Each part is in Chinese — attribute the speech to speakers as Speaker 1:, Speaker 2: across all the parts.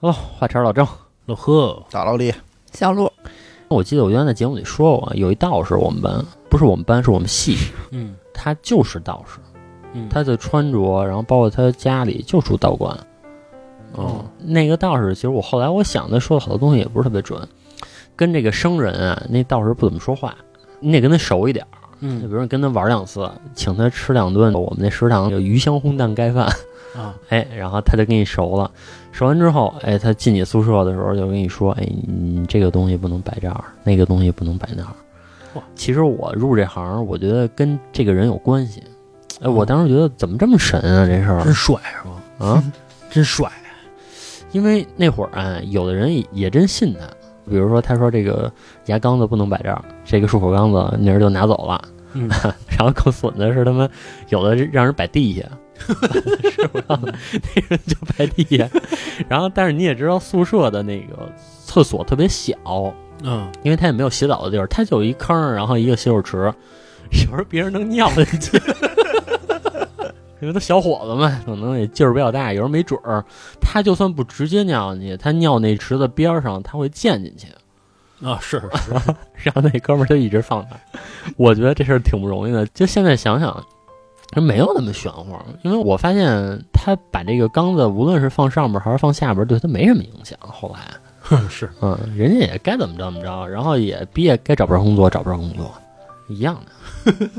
Speaker 1: 哦，话茬儿老郑，
Speaker 2: 老贺，
Speaker 3: 大老李，
Speaker 4: 小鹿，
Speaker 1: 我记得我原来在节目里说过，有一道士我们班不是我们班是我们系，
Speaker 2: 嗯
Speaker 1: 他就是道士，
Speaker 2: 嗯，
Speaker 1: 他的穿着，然后包括他家里就住道观。
Speaker 2: 哦，
Speaker 1: 那个道士，其实我后来我想，他说的好多东西也不是特别准，跟这个生人啊，那道士不怎么说话，你得跟他熟一点儿。就比
Speaker 2: 嗯
Speaker 1: 如你跟他玩两次，请他吃两顿，我们那食堂有鱼香烘蛋盖饭，
Speaker 2: 啊，
Speaker 1: 哎，然后他就跟你熟了，熟完之后，哎，他进你宿舍的时候就跟你说，哎，你这个东西不能摆这儿，那个东西不能摆那儿
Speaker 2: 哇。
Speaker 1: 其实我入这行，我觉得跟这个人有关系。哎，
Speaker 2: 嗯
Speaker 1: 我当时觉得怎么这么神啊，这事儿
Speaker 2: 真帅是吧？
Speaker 1: 啊，
Speaker 2: 真帅，
Speaker 1: 因为那会儿啊，有的人也也真信他，比如说他说这个牙缸子不能摆这儿，这个漱口缸子 那人就拿走了。
Speaker 2: 嗯
Speaker 1: 然后更损的是他妈有的让人摆地下， 是不让那人就摆地下。然后但是你也知道宿舍的那个厕所特别小，
Speaker 2: 嗯，
Speaker 1: 因为他也没有洗澡的地儿，他就有一坑儿，然后一个洗手池，有时候别人能尿进去。 因为他小伙子嘛，可能也劲儿比较大，有时候没准儿，他就算不直接尿进去，他尿那池子边儿上，他会溅进去，
Speaker 2: 啊是，是
Speaker 1: 然后那哥们儿就一直放那儿。我觉得这事儿挺不容易的，就现在想想，没有那么玄乎，因为我发现他把这个缸子，无论是放上边儿还是放下边儿，对他没什么影响。后来，
Speaker 2: 哼是，
Speaker 1: 嗯，人家也该怎么着怎么着，然后也毕业该找不着工作找不着工作，一样的。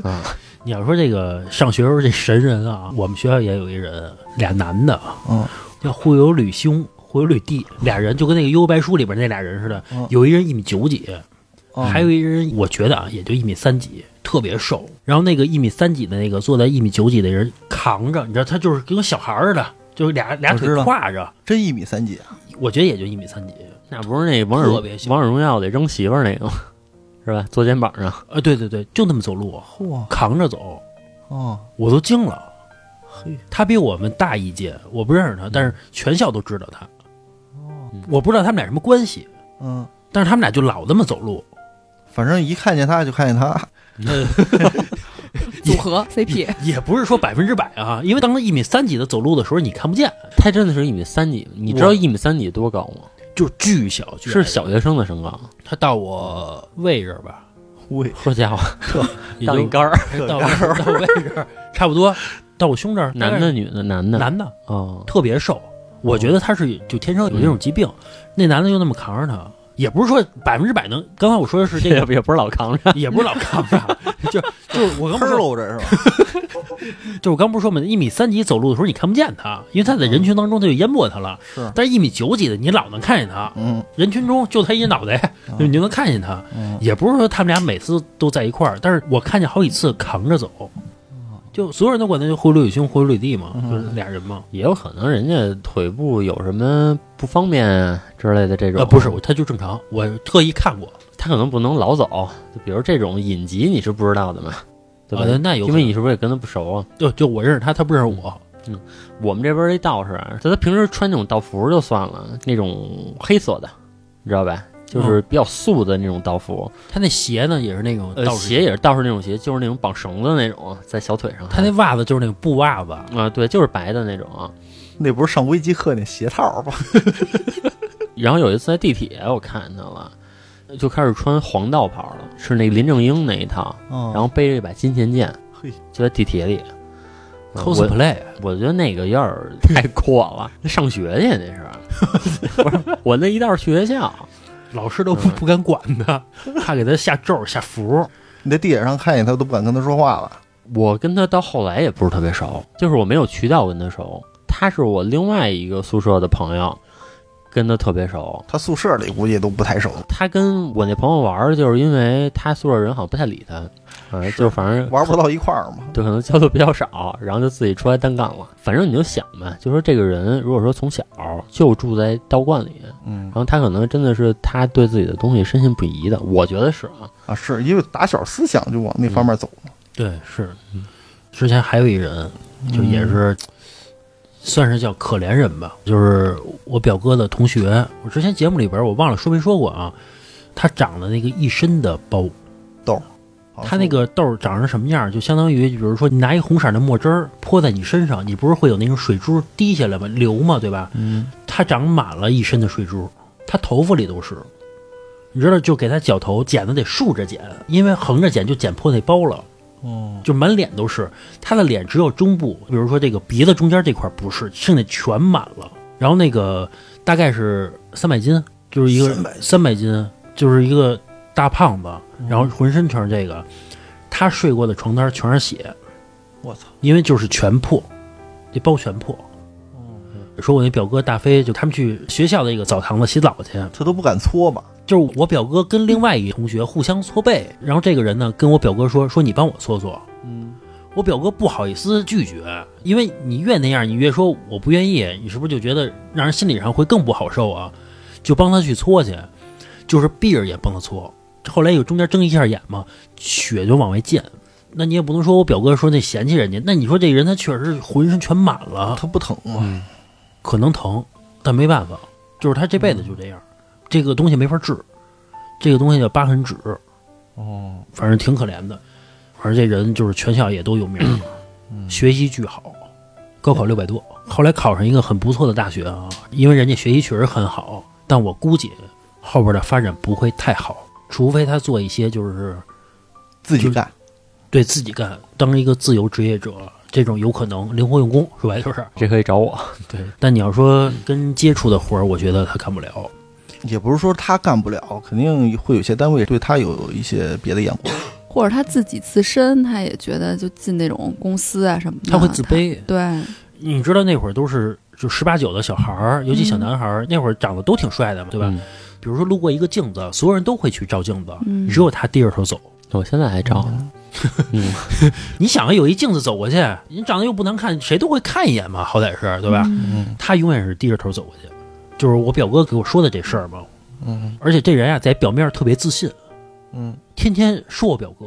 Speaker 1: 啊，
Speaker 2: 你要说这个上学时候这神人啊，我们学校也有一人，俩男的，
Speaker 3: 嗯，
Speaker 2: 叫忽有吕兄、忽有吕弟，俩人就跟那个《幽白书》里边那俩人似的
Speaker 3: 嗯，
Speaker 2: 有一人一米九几，还
Speaker 3: 有
Speaker 2: 有一人我觉得啊也就一米三几，特别瘦。然后那个一米三几的那个坐在一米九几的人扛着，你知道他就是跟个小孩儿似的，就是俩俩
Speaker 3: 我
Speaker 2: 腿
Speaker 3: 知道
Speaker 2: 挎着，
Speaker 3: 真一米三几啊，
Speaker 2: 我觉得也就一米三几。
Speaker 1: 那不是那王者
Speaker 2: 特别小
Speaker 1: 王者荣耀得扔媳妇儿那个吗？是吧？坐肩膀上，
Speaker 2: 呃，对对对，就那么走路，
Speaker 3: 嚯，
Speaker 2: 扛着走，
Speaker 3: 哦，
Speaker 2: 我都惊了。
Speaker 3: 嘿，
Speaker 2: 他比我们大一届，我不认识他，但是全校都知道他。
Speaker 3: 哦，
Speaker 2: 我不知道他们俩什么关系，
Speaker 3: 嗯，
Speaker 2: 但是他们俩就老那么走路。
Speaker 3: 反正一看见他就看见他，
Speaker 2: 嗯
Speaker 4: 组合 CP，
Speaker 2: 也不是说百分之百啊，因为当时一米三几的走路的时候，你看不见，
Speaker 1: 他真的是一米三几，你知道
Speaker 2: 我
Speaker 1: 一米三几多高吗？
Speaker 2: 就是巨小，巨矮
Speaker 1: 是小学生的身高。
Speaker 2: 他到我胃这儿吧，
Speaker 3: 喂，
Speaker 1: 好家伙，
Speaker 2: 也
Speaker 1: 到
Speaker 2: 就
Speaker 1: 你杆儿，
Speaker 2: 哎到 到我胃这儿，差不多到我胸这儿。
Speaker 1: 男的女的，男的
Speaker 2: 大概，男的
Speaker 1: 哦，
Speaker 2: 特别瘦，我觉得他是就天生有
Speaker 1: 嗯
Speaker 2: 这种疾病。那男的就那么扛着他，也不是说百分之百能。刚才我说 的是这
Speaker 1: 也
Speaker 2: 个，
Speaker 1: 不也不是老扛着，
Speaker 2: 也不是老扛着，就就是我刚不
Speaker 3: 喷
Speaker 2: 是说，
Speaker 3: 喽这是吧？
Speaker 2: 就是我刚不是说嘛，一米三几走路的时候你看不见他，因为他在人群当中他就淹没他了。
Speaker 3: 是
Speaker 2: 但是一米九几的你老能看见他，
Speaker 3: 嗯
Speaker 2: 人群中就他一脑袋，你就能看见他。
Speaker 3: 嗯，
Speaker 2: 也不是说他们俩每次都在一块儿，但是我看见好几次扛着走，
Speaker 1: 嗯
Speaker 2: 就所有人都管他叫灰驴兄、灰驴弟嘛，就是俩人嘛。
Speaker 1: 也有可能人家腿部有什么不方便啊之类的这种。
Speaker 2: 呃，不是，我他就正常，我特意看过，
Speaker 1: 他可能不能老走，就比如这种隐疾你是不知道的嘛，对吧？
Speaker 2: 啊那有
Speaker 1: 因
Speaker 2: 可能
Speaker 1: 为你是嗯不是也跟他不熟啊？
Speaker 2: 就就我认识他，他不认识我。
Speaker 1: 我们这边这道士啊，他他平时穿那种道服就算了，那种黑色的，你知道吧？就是
Speaker 2: 嗯
Speaker 1: 比较素的那种道服，
Speaker 2: 他那鞋呢也是那种
Speaker 1: 呃，
Speaker 2: 道士
Speaker 1: 鞋也是道士那种鞋，就是那种绑绳子那种，在小腿上。
Speaker 2: 他那袜子就是那种布袜子，
Speaker 1: 啊、对，就是白的那种。啊
Speaker 3: 那不是上微机课那鞋套吧？
Speaker 1: 然后有一次在地铁，我看见他了，就开始穿黄道袍了，是那林正英那一套，
Speaker 3: 嗯，
Speaker 1: 然后背着一把金钱剑，
Speaker 3: 嘿，
Speaker 1: 就在地铁里。嗯我
Speaker 2: cosplay
Speaker 1: 我觉得那个有点儿太阔 了，那上学去那是， 不是我那一道儿去学校，
Speaker 2: 老师都不不敢管他，怕 给他下咒下符。
Speaker 3: 你在地铁上看见他都不敢跟他说话了。
Speaker 1: 我跟他到后来也不是特别熟，就是我没有渠道跟他熟，他是我另外一个宿舍的朋友，跟他特别熟。
Speaker 3: 他宿舍里估计都不太熟，
Speaker 1: 他跟我那朋友玩儿，就是因为他宿舍人好像不太理他，啊，就反正
Speaker 3: 玩不到一块儿嘛。
Speaker 1: 对，可能交流比较少，然后就自己出来单干了。反正你就想吧，就说这个人如果说从小就住在道观里，
Speaker 3: 嗯
Speaker 1: 然后他可能真的是他对自己的东西深信不疑的，我觉得是啊。
Speaker 3: 啊，是因为打小思想就往那方面走嘛。
Speaker 2: 对，是。嗯之前还有一人，就也是、算是叫可怜人吧，就是我表哥的同学。我之前节目里边我忘了说没说过啊，他长了那个一身的包
Speaker 3: 痘儿，好像
Speaker 2: 它那
Speaker 3: 是
Speaker 2: 个豆儿长成什么样儿，就相当于，比如说你拿一红色的墨汁儿泼在你身上，你不是会有那种水珠滴下来吗？流嘛，对吧？
Speaker 3: 嗯，
Speaker 2: 它长满了一身的水珠，它头发里都是。你知道，就给它绞头，剪子得竖着剪，因为横着剪就剪破那包了，
Speaker 3: 哦，
Speaker 2: 就满脸都是。它的脸只有中部，比如说这个鼻子中间这块不是，剩下全满了。然后那个大概是三百斤，就是一个
Speaker 3: 300斤
Speaker 2: 三百斤，就是一个大胖子，然后浑身全是这个。他睡过的床单全是血，
Speaker 3: 我操，
Speaker 2: 因为就是全破，这包全破。说我那表哥大飞，就他们去学校的一个澡堂子洗澡去，
Speaker 3: 他都不敢搓吧？
Speaker 2: 就是我表哥跟另外一同学互相搓背，然后这个人呢跟我表哥说说你帮我搓搓，
Speaker 3: 嗯，
Speaker 2: 我表哥不好意思拒绝，因为你越那样，你越说我不愿意，你是不是就觉得让人心理上会更不好受啊？就帮他去搓去，就是闭着眼帮他搓。后来有中间睁一下眼嘛，血就往外溅。那你也不能说我表哥说那嫌弃人家，那你说这人他确实浑身全满了，
Speaker 3: 他不疼
Speaker 2: 嗯
Speaker 3: 吗？
Speaker 2: 可能疼，但没办法，就是他这辈子就这样，这个东西没法治，这个东西叫疤痕纸，
Speaker 3: 哦，
Speaker 2: 反正挺可怜的。反正这人就是全校也都有名儿， 学习巨好，高考六百多，后来考上一个很不错的大学啊，因为人家学习确实很好，但我估计后边的发展不会太好，除非他做一些就是
Speaker 3: 自己干，
Speaker 2: 对自己干，当一个自由职业者这种有可能灵活用工，说白了就是。
Speaker 1: 这可以找我。
Speaker 2: 对，但你要说跟接触的活儿，我觉得他干不了。
Speaker 3: 也不是说他干不了，肯定会有些单位对他有一些别的眼光。
Speaker 4: 或者他自己自身，他也觉得就进那种公司啊什么的，
Speaker 2: 他会自卑。
Speaker 4: 对，
Speaker 2: 你知道那会儿都是就十八九的小孩儿，尤其小男孩儿，那会儿长得都挺帅的嘛，对吧？
Speaker 1: 嗯
Speaker 2: 比如说路过一个镜子，所有人都会去照镜子，
Speaker 4: 嗯
Speaker 2: 只有他低着头走。
Speaker 1: 我现在还找呢。嗯，
Speaker 2: 你想啊，有一镜子走过去，你长得又不难看，谁都会看一眼嘛，好歹是对吧？
Speaker 3: 嗯
Speaker 2: 他永远是低着头走过去，就是我表哥给我说的这事儿嘛。
Speaker 3: 嗯
Speaker 2: 而且这人呀、啊在表面特别自信，
Speaker 3: 嗯
Speaker 2: 天天说我表哥，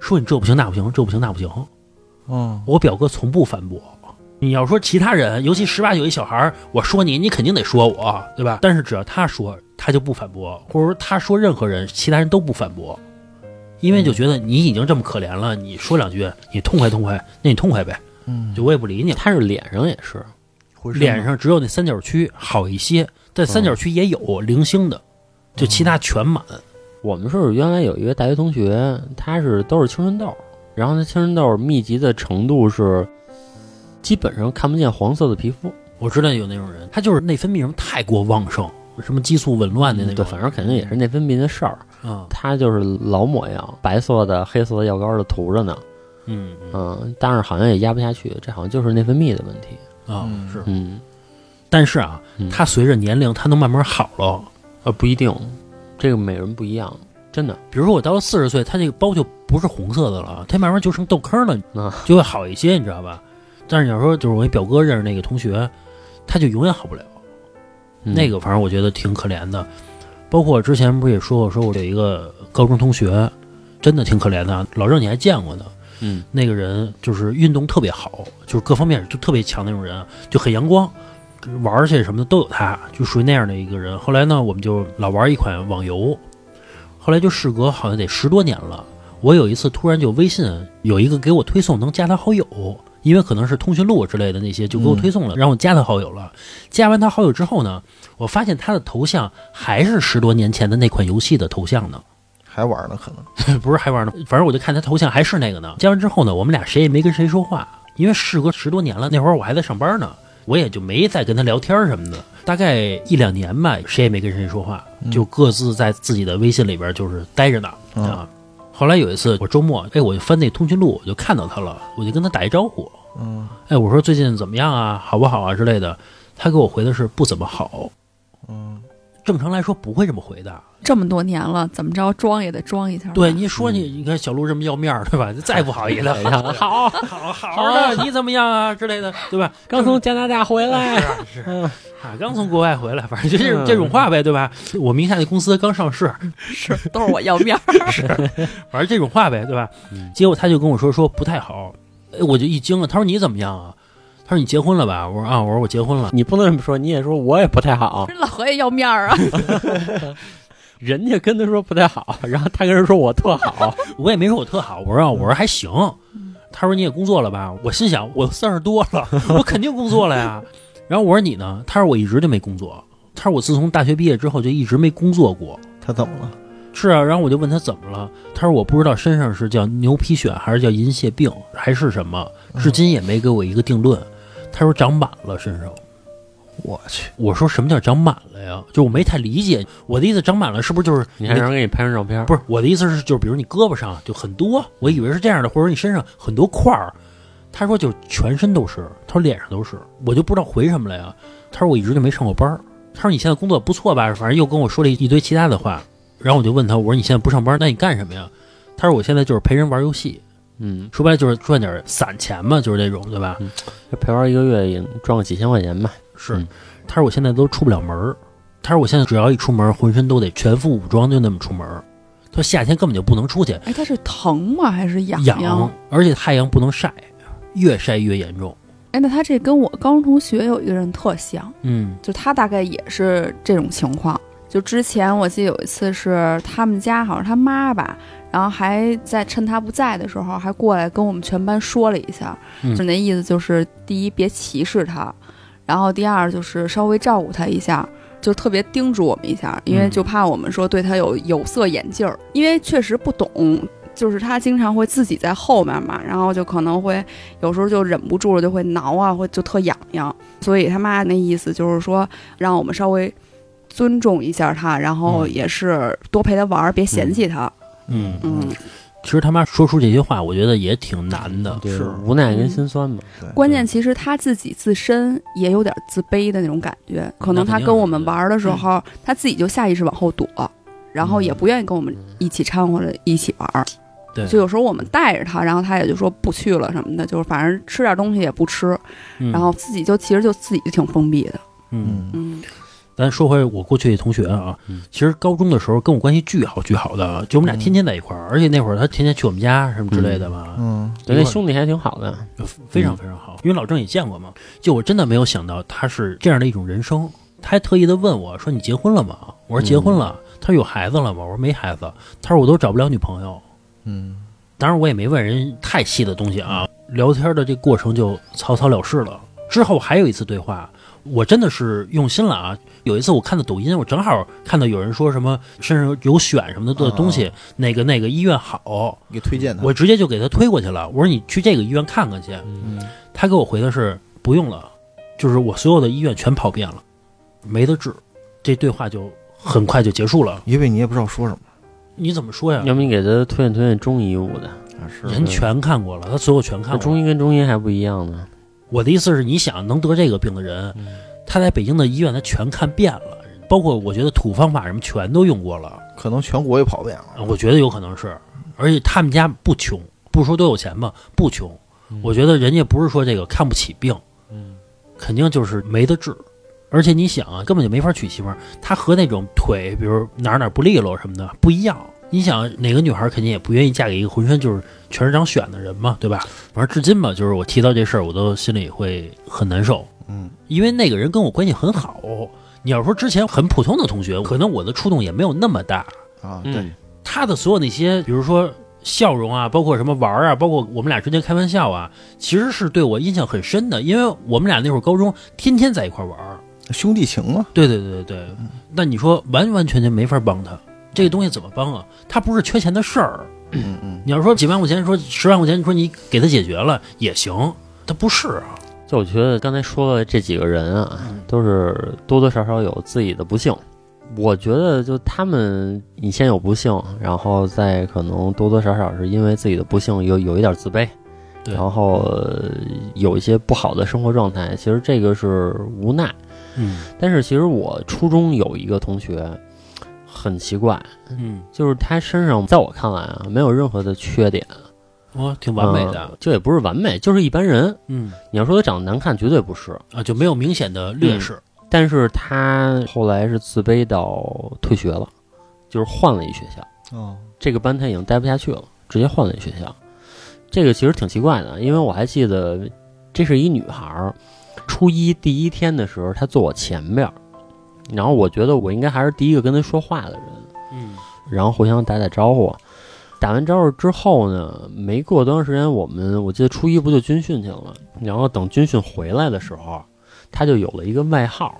Speaker 2: 说你这不行那不行，这不行那不行。
Speaker 3: 嗯，
Speaker 2: 我表哥从不反驳。你要说其他人，尤其十八九一小孩儿，我说你，你肯定得说我，对吧？但是只要他说，他就不反驳，或者说他说任何人，其他人都不反驳，因为就觉得你已经这么可怜了，你说两句，你痛快痛快，那你痛快呗，
Speaker 3: 嗯
Speaker 2: 就我也不理你了。
Speaker 1: 他是脸上也是，
Speaker 3: 浑身
Speaker 2: 脸上只有那三角区好一些，但三角区也有零星的，就其他全满。
Speaker 1: 我们是原来有一个大学同学，他是都是青春痘，然后他青春痘密集的程度是基本上看不见黄色的皮肤，
Speaker 2: 我知道有那种人，他就是内分泌什么太过旺盛，什么激素紊乱啊的那
Speaker 1: 嗯对，
Speaker 2: 种，嗯
Speaker 1: 反正肯定也是内分泌的事儿。
Speaker 2: 啊，
Speaker 1: 他就是老抹药，白色的、黑色的药膏的涂着呢，
Speaker 2: 嗯嗯
Speaker 1: 嗯，但是好像也压不下去，这好像就是内分泌的问题，
Speaker 2: 啊
Speaker 3: 嗯
Speaker 2: 是。
Speaker 1: 嗯，
Speaker 2: 但是啊
Speaker 1: 嗯，
Speaker 2: 它随着年龄，它能慢慢好了。
Speaker 1: 呃，不一定，这个每人不一样，真的，
Speaker 2: 比如说我到了四十岁，它这个包就不是红色的了，啊它慢慢就成痘坑了，
Speaker 1: 啊
Speaker 2: 就会好一些，你知道吧？但是你要说，就是我一表哥认识那个同学，他就永远好不了。
Speaker 1: 嗯
Speaker 2: 那个反正我觉得挺可怜的。包括我之前不是也说过，说我有一个高中同学，真的挺可怜的。啊老郑你还见过呢，
Speaker 1: 嗯，
Speaker 2: 那个人就是运动特别好，就是各方面就特别强那种人，啊就很阳光，玩儿去什么的都有他，就属于那样的一个人。后来呢，我们就老玩一款网游，后来就事隔好像得十多年了。我有一次突然就微信有一个给我推送能加他好友，因为可能是通讯录之类的那些，就给我
Speaker 3: 嗯
Speaker 2: 推送了，让我加他好友了。加完他好友之后呢，我发现他的头像还是十多年前的那款游戏的头像呢。
Speaker 3: 还玩呢，可能
Speaker 2: 不是还玩呢，反正我就看他头像还是那个呢。加完之后呢，我们俩谁也没跟谁说话，因为事隔十多年了，那会儿我还在上班呢，我也就没再跟他聊天什么的。大概一两年吧，谁也没跟谁说话，就各自在自己的微信里边就是待着呢、
Speaker 3: 嗯
Speaker 2: 啊。后来有一次我周末，哎，我就翻那通讯录，我就看到他了，我就跟他打一招呼，
Speaker 3: 嗯
Speaker 2: 哎，我说最近怎么样啊，好不好啊之类的。他给我回的是不怎么好，
Speaker 3: 嗯，
Speaker 2: 正常来说不会这么回的。
Speaker 4: 这么多年了，怎么着装也得装一下吧。
Speaker 2: 对，你说你，你看小鹿这么要面儿，对吧？再不好意思，
Speaker 1: 嗯 哎呀
Speaker 2: 好好好的，你怎么样啊之类的，对吧？
Speaker 1: 刚从加拿大回来，
Speaker 2: 是 啊，刚从国外回来，反正就是这
Speaker 1: 嗯
Speaker 2: 种话呗，对吧？我名下的公司刚上市，
Speaker 4: 是都是我要面儿。
Speaker 2: 反正这种话呗，对吧
Speaker 1: 嗯？
Speaker 2: 结果他就跟我说说不太好，哎我就一惊了，他说你怎么样啊？他说你结婚了吧？我说啊，我说我结婚了。
Speaker 1: 你不能这么说，你也说我也不太好，
Speaker 4: 老何也要面儿啊，
Speaker 1: 人家跟他说不太好，然后他跟人说我特好，
Speaker 2: 我也没说我特好，
Speaker 1: 嗯
Speaker 2: 我说啊我说还行。他说你也工作了吧？我心想我三十多 了，我肯定工作了呀。然后我说你呢？他说我一直就没工作。他说我自从大学毕业之后就一直没工作过。
Speaker 3: 他怎么了？
Speaker 2: 是啊，然后我就问他怎么了，他说我不知道身上是叫牛皮癣还是叫银屑病还是什么，
Speaker 1: 嗯
Speaker 2: 至今也没给我一个定论。他说长满了身上，
Speaker 3: 我去，
Speaker 2: 我说什么叫长满了呀？就我没太理解，我的意思长满了是不是就是
Speaker 1: 你还让人给你拍张照片？
Speaker 2: 不是我的意思是，就是比如你胳膊上就很多，我以为是这样的，或者你身上很多块儿。他说就全身都是，他说脸上都是，我就不知道回什么了呀。他说我一直就没上过班儿。他说你现在工作不错吧？反正又跟我说了一一堆其他的话。然后我就问他，我说你现在不上班，那你干什么呀？他说我现在就是陪人玩游戏，
Speaker 1: 嗯，
Speaker 2: 说白了就是赚点散钱嘛，就是这种，对吧？
Speaker 1: 这陪玩一个月也赚个几千块钱吧。
Speaker 2: 是
Speaker 1: 嗯，
Speaker 2: 他说我现在都出不了门儿，他说我现在只要一出门，浑身都得全副武装，就那么出门儿。他说夏天根本就不能出去，
Speaker 4: 哎，它是疼吗？还是痒
Speaker 2: 痒？，而且太阳不能晒，越晒越严重。
Speaker 4: 哎，那他这跟我高中同学有一个人特像，
Speaker 2: 嗯
Speaker 4: 就他大概也是这种情况。就之前我记得有一次是他们家好像是他妈吧，然后还在趁他不在的时候还过来跟我们全班说了一下，
Speaker 2: 嗯
Speaker 4: 就那意思就是第一别歧视他，然后第二就是稍微照顾他一下。就是特别叮嘱我们一下，因为
Speaker 2: 嗯
Speaker 4: 就怕我们说对他有有色眼镜儿，因为确实不懂，就是他经常会自己在后面嘛，然后就可能会有时候就忍不住了，就会挠啊，或就特痒痒。所以他妈那意思就是说，让我们稍微尊重一下他，然后
Speaker 2: 嗯
Speaker 4: 也是多陪他玩儿，别嫌弃他。
Speaker 2: 嗯，
Speaker 4: 嗯，
Speaker 2: 其实他妈说出这些话，我觉得也挺难的。
Speaker 1: 对
Speaker 3: 是
Speaker 1: 无奈跟心酸吧。
Speaker 4: 关键其实他自己自身也有点自卑的那种感觉，可能他跟我们玩儿的时候，他自己就下意识往后躲。然后也不愿意跟我们一起掺和着一起玩儿，
Speaker 2: 对，
Speaker 4: 就有时候我们带着他，然后他也就说不去了什么的，就是反正吃点东西也不吃，
Speaker 2: 嗯
Speaker 4: 然后自己就其实就自己就挺封闭的，
Speaker 2: 嗯，
Speaker 3: 嗯，
Speaker 4: 嗯
Speaker 2: 咱说回我过去的同学啊
Speaker 1: 嗯，
Speaker 2: 其实高中的时候跟我关系巨好巨好的啊，就我们俩天天在一块儿，而且那会儿他天天去我们家什么之类的嘛，
Speaker 3: 嗯，
Speaker 1: 对，那兄弟还挺好的。
Speaker 2: 非常非常好。因为老郑也见过嘛，就我真的没有想到他是这样的一种人生。他还特意的问我说：“你结婚了吗？”我说：“结婚了。他说：“有孩子了吗？”我说：“没孩子。”他说：“我都找不了女朋友。”
Speaker 3: 嗯，
Speaker 2: 当然我也没问人太细的东西啊，聊天的这过程就草草了事了。之后还有一次对话，我真的是用心了啊！有一次我看到抖音，我正好看到有人说什么身上有癣什么的的东西，哪个哪个医院好，
Speaker 3: 给推荐他，
Speaker 2: 我直接就给他推过去了。我说你去这个医院看看去。
Speaker 1: 嗯，
Speaker 2: 他给我回的是不用了，就是我所有的医院全跑遍了，没得治。这对话就很快就结束了。
Speaker 3: 因为你也不知道说什么，
Speaker 2: 你怎么说呀？
Speaker 1: 要不你给他推荐推荐中医捂的，
Speaker 3: 啊是
Speaker 2: 人全看过了，他所有全
Speaker 1: 那
Speaker 2: 看过了。
Speaker 1: 中医跟中医还不一样呢。
Speaker 2: 我的意思是，你想能得这个病的人，他在北京的医院他全看遍了，包括我觉得土方法什么全都用过了，
Speaker 3: 可能全国也跑遍了，
Speaker 2: 我觉得有可能是，而且他们家不穷，不说多有钱吧，不穷，我觉得人家不是说这个看不起病，肯定就是没得治。而且你想啊，根本就没法娶媳妇儿，她和那种腿，比如哪儿哪儿不利落什么的不一样。你想哪个女孩儿肯定也不愿意嫁给一个浑身就是全是长癣的人嘛，对吧？反正至今吧，就是我提到这事儿，我都心里会很难受。
Speaker 3: 嗯，
Speaker 2: 因为那个人跟我关系很好。你要说之前很普通的同学，可能我的触动也没有那么大。
Speaker 3: 啊，对，
Speaker 1: 嗯，
Speaker 2: 他的所有那些，比如说笑容啊，包括什么玩儿啊，包括我们俩之间开玩笑啊，其实是对我印象很深的，因为我们俩那会儿高中天天在一块儿玩儿。
Speaker 3: 兄弟情嘛，
Speaker 2: 对对对对对，那你说完完全全没法帮他，这个东西怎么帮啊？他不是缺钱的事儿。
Speaker 3: 嗯嗯，
Speaker 2: 你要说几万块钱，说十万块钱，你说你给他解决了也行，他不是啊。
Speaker 1: 就我觉得刚才说的这几个人啊，都是多多少少有自己的不幸。我觉得就他们，你先有不幸，然后再可能多多少少是因为自己的不幸有有一点自卑，
Speaker 2: 对
Speaker 1: 然后呃有一些不好的生活状态。其实这个是无奈，
Speaker 2: 嗯
Speaker 1: 但是其实我初中有一个同学很奇怪，
Speaker 2: 嗯，
Speaker 1: 就是他身上在我看来啊没有任何的缺点，
Speaker 2: 哦，挺完美
Speaker 1: 嗯
Speaker 2: 的。
Speaker 1: 就也不是完美，就是一般人。
Speaker 2: 嗯
Speaker 1: 你要说他长得难看，绝对不是，
Speaker 2: 啊，就没有明显的劣势。
Speaker 1: 但是他后来是自卑到退学了，就是换了一学校。
Speaker 3: 哦，
Speaker 1: 这个班他已经待不下去了，直接换了一学校。这个其实挺奇怪的，因为我还记得这是一女孩儿，初一第一天的时候，她坐我前边儿，然后我觉得我应该还是第一个跟她说话的人。
Speaker 2: 嗯
Speaker 1: 然后互相打打招呼。打完招呼之后呢，没过多长时间，我们我记得初一不就军训去了，然后等军训回来的时候，他就有了一个外号，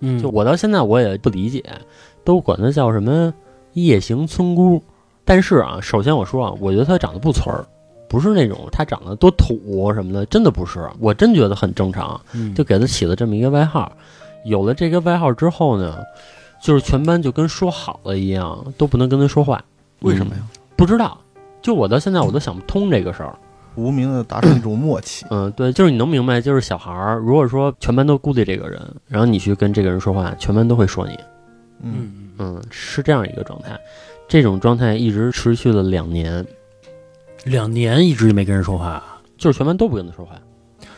Speaker 2: 嗯
Speaker 1: 就我到现在我也不理解，都管他叫什么夜行村姑。但是啊，首先我说啊，我觉得他长得不村儿，不是那种他长得多土什么的，真的不是，啊我真觉得很正常。
Speaker 3: 嗯
Speaker 2: 嗯
Speaker 1: 就给他起了这么一个外号。有了这个外号之后呢，就是全班就跟说好了一样，都不能跟他说话。嗯
Speaker 3: 为什么呀？
Speaker 1: 不知道，就我到现在我都想不通这个事儿。，
Speaker 3: 无名的达成一种默契
Speaker 1: 嗯，对，就是你能明白，就是小孩儿，如果说全班都孤立这个人，然后你去跟这个人说话，全班都会说你。
Speaker 3: 嗯，
Speaker 2: 嗯嗯，
Speaker 1: 嗯，是这样一个状态。这种状态一直持续了两年，
Speaker 2: 两年一直就没跟人说话，
Speaker 1: 就是全班都不跟他说话。嗯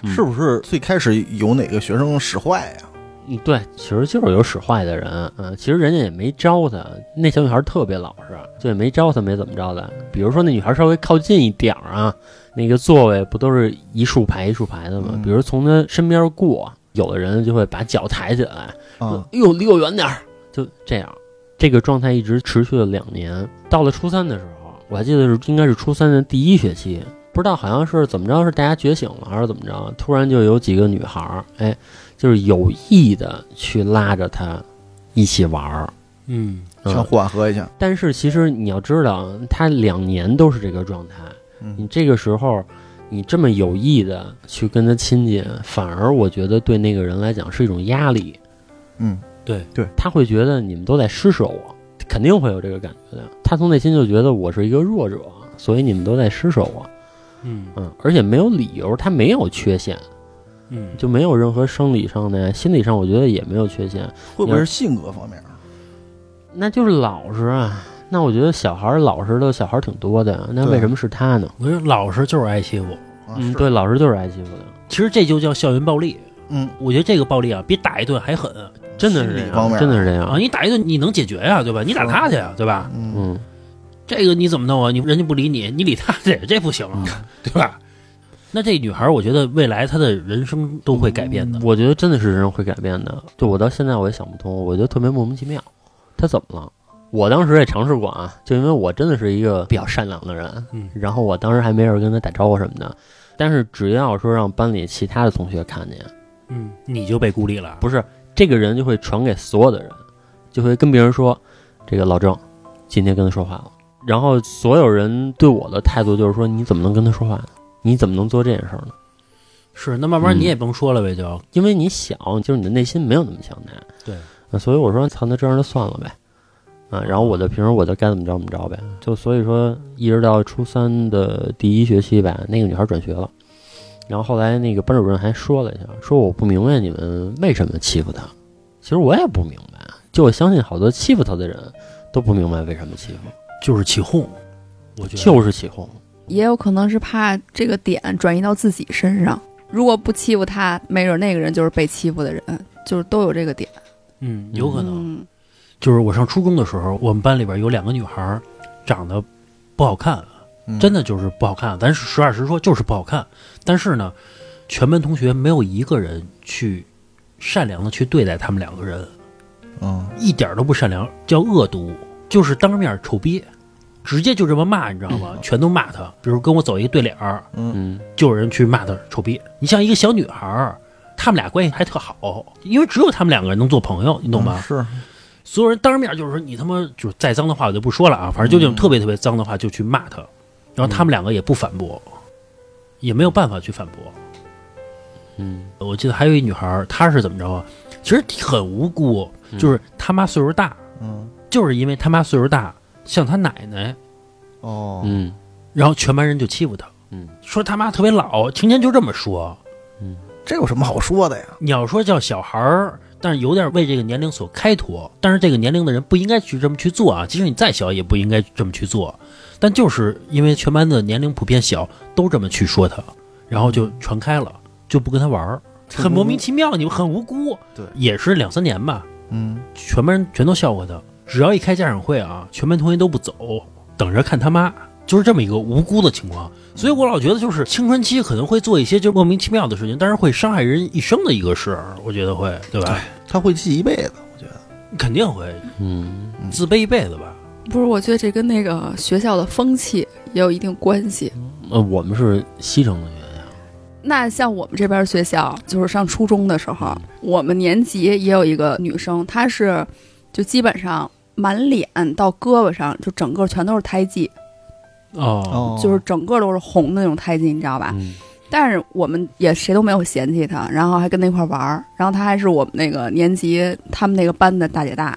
Speaker 3: 是不是最开始有哪个学生使坏呀？
Speaker 1: 嗯，对，其实就是有使坏的人，嗯、其实人家也没招他，那小女孩特别老实，就也没招他，没怎么着的。比如说那女孩稍微靠近一点儿啊，那个座位不都是一竖排一竖排的吗？
Speaker 3: 嗯
Speaker 1: 比如从她身边过，有的人就会把脚抬起来，
Speaker 3: 啊，
Speaker 1: 哟、离我远点儿，就这样。这个状态一直持续了两年，到了初三的时候，我还记得是应该是初三的第一学期，不知道好像是怎么着，是大家觉醒了还是怎么着，突然就有几个女孩儿，哎，就是有意的去拉着她一起玩儿。
Speaker 2: 嗯
Speaker 1: 嗯
Speaker 3: 想缓和一下。
Speaker 1: 但是其实你要知道，她两年都是这个状态，你
Speaker 3: 嗯，
Speaker 1: 这个时候。你这么有意的去跟她亲近，反而我觉得对那个人来讲是一种压力，
Speaker 3: 嗯，
Speaker 1: 他会觉得你们都在施舍我，肯定会有这个感觉的。他从内心就觉得我是一个弱者，所以你们都在施舍我，
Speaker 2: 嗯
Speaker 1: 嗯，而且没有理由，他没有缺陷，
Speaker 2: 嗯，
Speaker 1: 就没有任何生理上的、心理上，我觉得也没有缺陷，
Speaker 3: 会不会是性格方面？
Speaker 1: 那就是老实啊。那我觉得小孩儿老实的小孩儿挺多的，那
Speaker 3: 对
Speaker 1: 为什么是他呢？
Speaker 2: 我觉得老实就是挨欺负，
Speaker 3: 啊
Speaker 1: 嗯，
Speaker 3: 是
Speaker 1: 对，老实就是挨欺负的，
Speaker 2: 其实这就叫校园暴力。
Speaker 3: 嗯，
Speaker 2: 我觉得这个暴力啊，比打一顿还狠
Speaker 1: 真的是
Speaker 3: 心
Speaker 1: 这
Speaker 3: 理方
Speaker 1: 样，
Speaker 3: 面
Speaker 1: 真的是这
Speaker 2: 啊！
Speaker 1: 样。啊
Speaker 2: 你打一顿你能解决呀、对吧？你打他去呀、对吧？
Speaker 3: 嗯，
Speaker 1: 嗯，
Speaker 2: 这个你怎么弄啊？你人家不理你，你理他去，这不行啊，
Speaker 1: 嗯
Speaker 2: 对吧？那这女孩，我觉得未来她的人生都会改变的。
Speaker 1: 我觉得真的是人会改变的。就我到现在我也想不通，我觉得特别莫名其妙，他怎么了？我当时也尝试过啊，就因为我真的是一个比较善良的人，
Speaker 2: 嗯
Speaker 1: 然后我当时还没事儿跟他打招呼什么的。但是只要说让班里其他的同学看见，
Speaker 2: 嗯，你就被孤立了。
Speaker 1: 不是这个人就会传给所有的人，就会跟别人说，这个老郑今天跟他说话了。然后所有人对我的态度就是说，你怎么能跟他说话呢？你怎么能做这件事儿呢？
Speaker 2: 是，那慢慢
Speaker 1: 嗯
Speaker 2: 你也甭说了呗，就
Speaker 1: 因为你小，就是你的内心没有那么强大。
Speaker 2: 对
Speaker 1: 呃所以我说，操，那这样就算了呗。啊，然后我就平时我就该怎么着怎么着呗。就所以说，一直到初三的第一学期吧，那个女孩转学了。然后后来那个班主任还说了一下，说我不明白你们为什么欺负她。其实我也不明白，就我相信好多欺负她的人都不明白为什么欺负，
Speaker 2: 就是起哄，我觉得
Speaker 1: 就是起哄。
Speaker 4: 也有可能是怕这个点转移到自己身上。如果不欺负他，没准那个人就是被欺负的人，就是都有这个点。
Speaker 2: 嗯，有可能、
Speaker 4: 嗯，
Speaker 2: 就是我上初中的时候，我们班里边有两个女孩儿长得不好看，
Speaker 3: 嗯
Speaker 2: 真的就是不好看。咱实话实说，就是不好看。但是呢，全班同学没有一个人去善良的去对待他们两个人，
Speaker 3: 嗯，
Speaker 2: 一点儿都不善良，叫恶毒，就是当面臭逼，直接就这么骂，你知道吗？全都骂他。比如跟我走一个对脸儿，
Speaker 1: 嗯，
Speaker 2: 就有人去骂他臭逼。你像一个小女孩儿，他们俩关系还特好，因为只有他们两个人能做朋友，你懂吗？
Speaker 3: 嗯是，
Speaker 2: 所有人当着面就是说你他妈就是再脏的话我就不说了啊，反正就这种
Speaker 3: 嗯
Speaker 2: 特别特别脏的话就去骂他，然后他们两个也不反驳，也没有办法去反驳。
Speaker 1: 嗯，
Speaker 2: 我记得还有一女孩儿，她是怎么着啊？其实很无辜，
Speaker 1: 嗯
Speaker 2: 就是她妈岁数大，
Speaker 3: 嗯，
Speaker 2: 就是因为她妈岁数大，像她奶奶，
Speaker 3: 哦，
Speaker 1: 嗯
Speaker 2: 然后全班人就欺负她，
Speaker 1: 嗯，
Speaker 2: 说她妈特别老，成天就这么说。
Speaker 3: 这有什么好说的呀？
Speaker 2: 你要说叫小孩儿，但是有点为这个年龄所开脱。但是这个年龄的人不应该去这么去做啊，即使你再小也不应该这么去做。但就是因为全班的年龄普遍小，都这么去说他，然后就传开了，就不跟他玩儿，很莫名其妙，你们很无辜。
Speaker 3: 对
Speaker 2: 也是两三年吧，
Speaker 3: 嗯，
Speaker 2: 全班人全都笑话他。只要一开家长会啊，全班同学都不走，等着看他妈，就是这么一个无辜的情况。所以我老觉得，就是青春期可能会做一些就莫名其妙的事情，但是会伤害人一生的一个事儿，我觉得会，对吧？
Speaker 3: 他会记一辈子，我觉得。
Speaker 2: 肯定会
Speaker 1: 嗯
Speaker 2: 自卑一辈子吧。
Speaker 4: 不是，我觉得这跟那个学校的风气也有一定关系。
Speaker 1: 呃，我们是西城的学校，
Speaker 4: 那像我们这边学校，就是上初中的时候，我们年级也有一个女生，她是就基本上满脸到胳膊上，就整个全都是胎记，
Speaker 2: 哦，
Speaker 3: 哦，
Speaker 4: 就是整个都是红的那种胎记，你知道吧？
Speaker 1: 嗯，
Speaker 4: 但是我们也谁都没有嫌弃她，然后还跟她一块玩儿，然后她还是我们那个年级他们那个班的大姐大，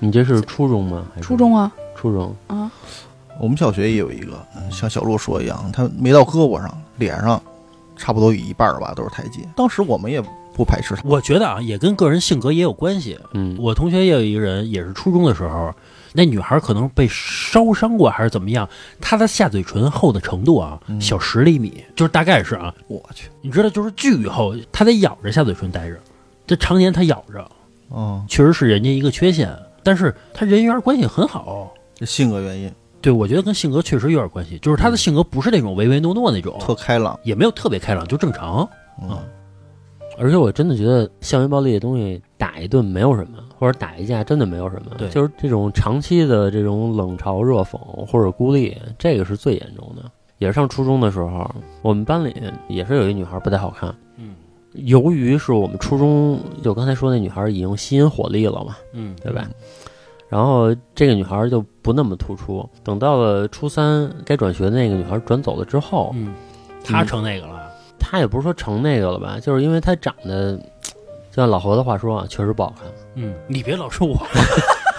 Speaker 1: 你这是初中吗？还是
Speaker 4: 初中啊
Speaker 1: 初中，
Speaker 4: 啊，
Speaker 3: 我们小学也有一个，嗯像小洛说一样，他没到胳膊上，脸上差不多有一半儿吧，都是胎记。当时我们也不排斥他，
Speaker 2: 我觉得啊，也跟个人性格也有关系。
Speaker 1: 嗯，
Speaker 2: 我同学也有一个人，也是初中的时候，那女孩可能被烧伤过还是怎么样，她的下嘴唇厚的程度啊，
Speaker 3: 嗯
Speaker 2: 小十厘米，就是大概是啊，
Speaker 3: 我去，
Speaker 2: 你知道，就是巨厚，她得咬着下嘴唇待着，这常年她咬着，
Speaker 3: 嗯，
Speaker 2: 确实是人家一个缺陷，但是她人缘关系很好。
Speaker 3: 这性格原因，
Speaker 2: 对，我觉得跟性格确实有点关系，就是她的性格不是那种唯唯诺诺那种，
Speaker 3: 特开朗，
Speaker 2: 也没有特别开朗，就正常。
Speaker 3: 哦嗯
Speaker 2: 嗯，
Speaker 1: 而且我真的觉得校园暴力的东西打一顿没有什么，或者打一架真的没有什么，
Speaker 2: 对
Speaker 1: 就是这种长期的这种冷嘲热讽或者孤立，这个是最严重的。也是上初中的时候，我们班里也是有一女孩不太好看，
Speaker 2: 嗯
Speaker 1: 由于是我们初中就刚才说那女孩已经吸引火力了嘛，
Speaker 2: 嗯，
Speaker 1: 对吧？然后这个女孩就不那么突出，等到了初三该转学的那个女孩转走了之后，
Speaker 2: 嗯，她成那个了。
Speaker 1: 她也不是说成那个了吧，就是因为她长得，就像老侯的话说啊，确实不好看。
Speaker 2: 嗯，你别老 说我，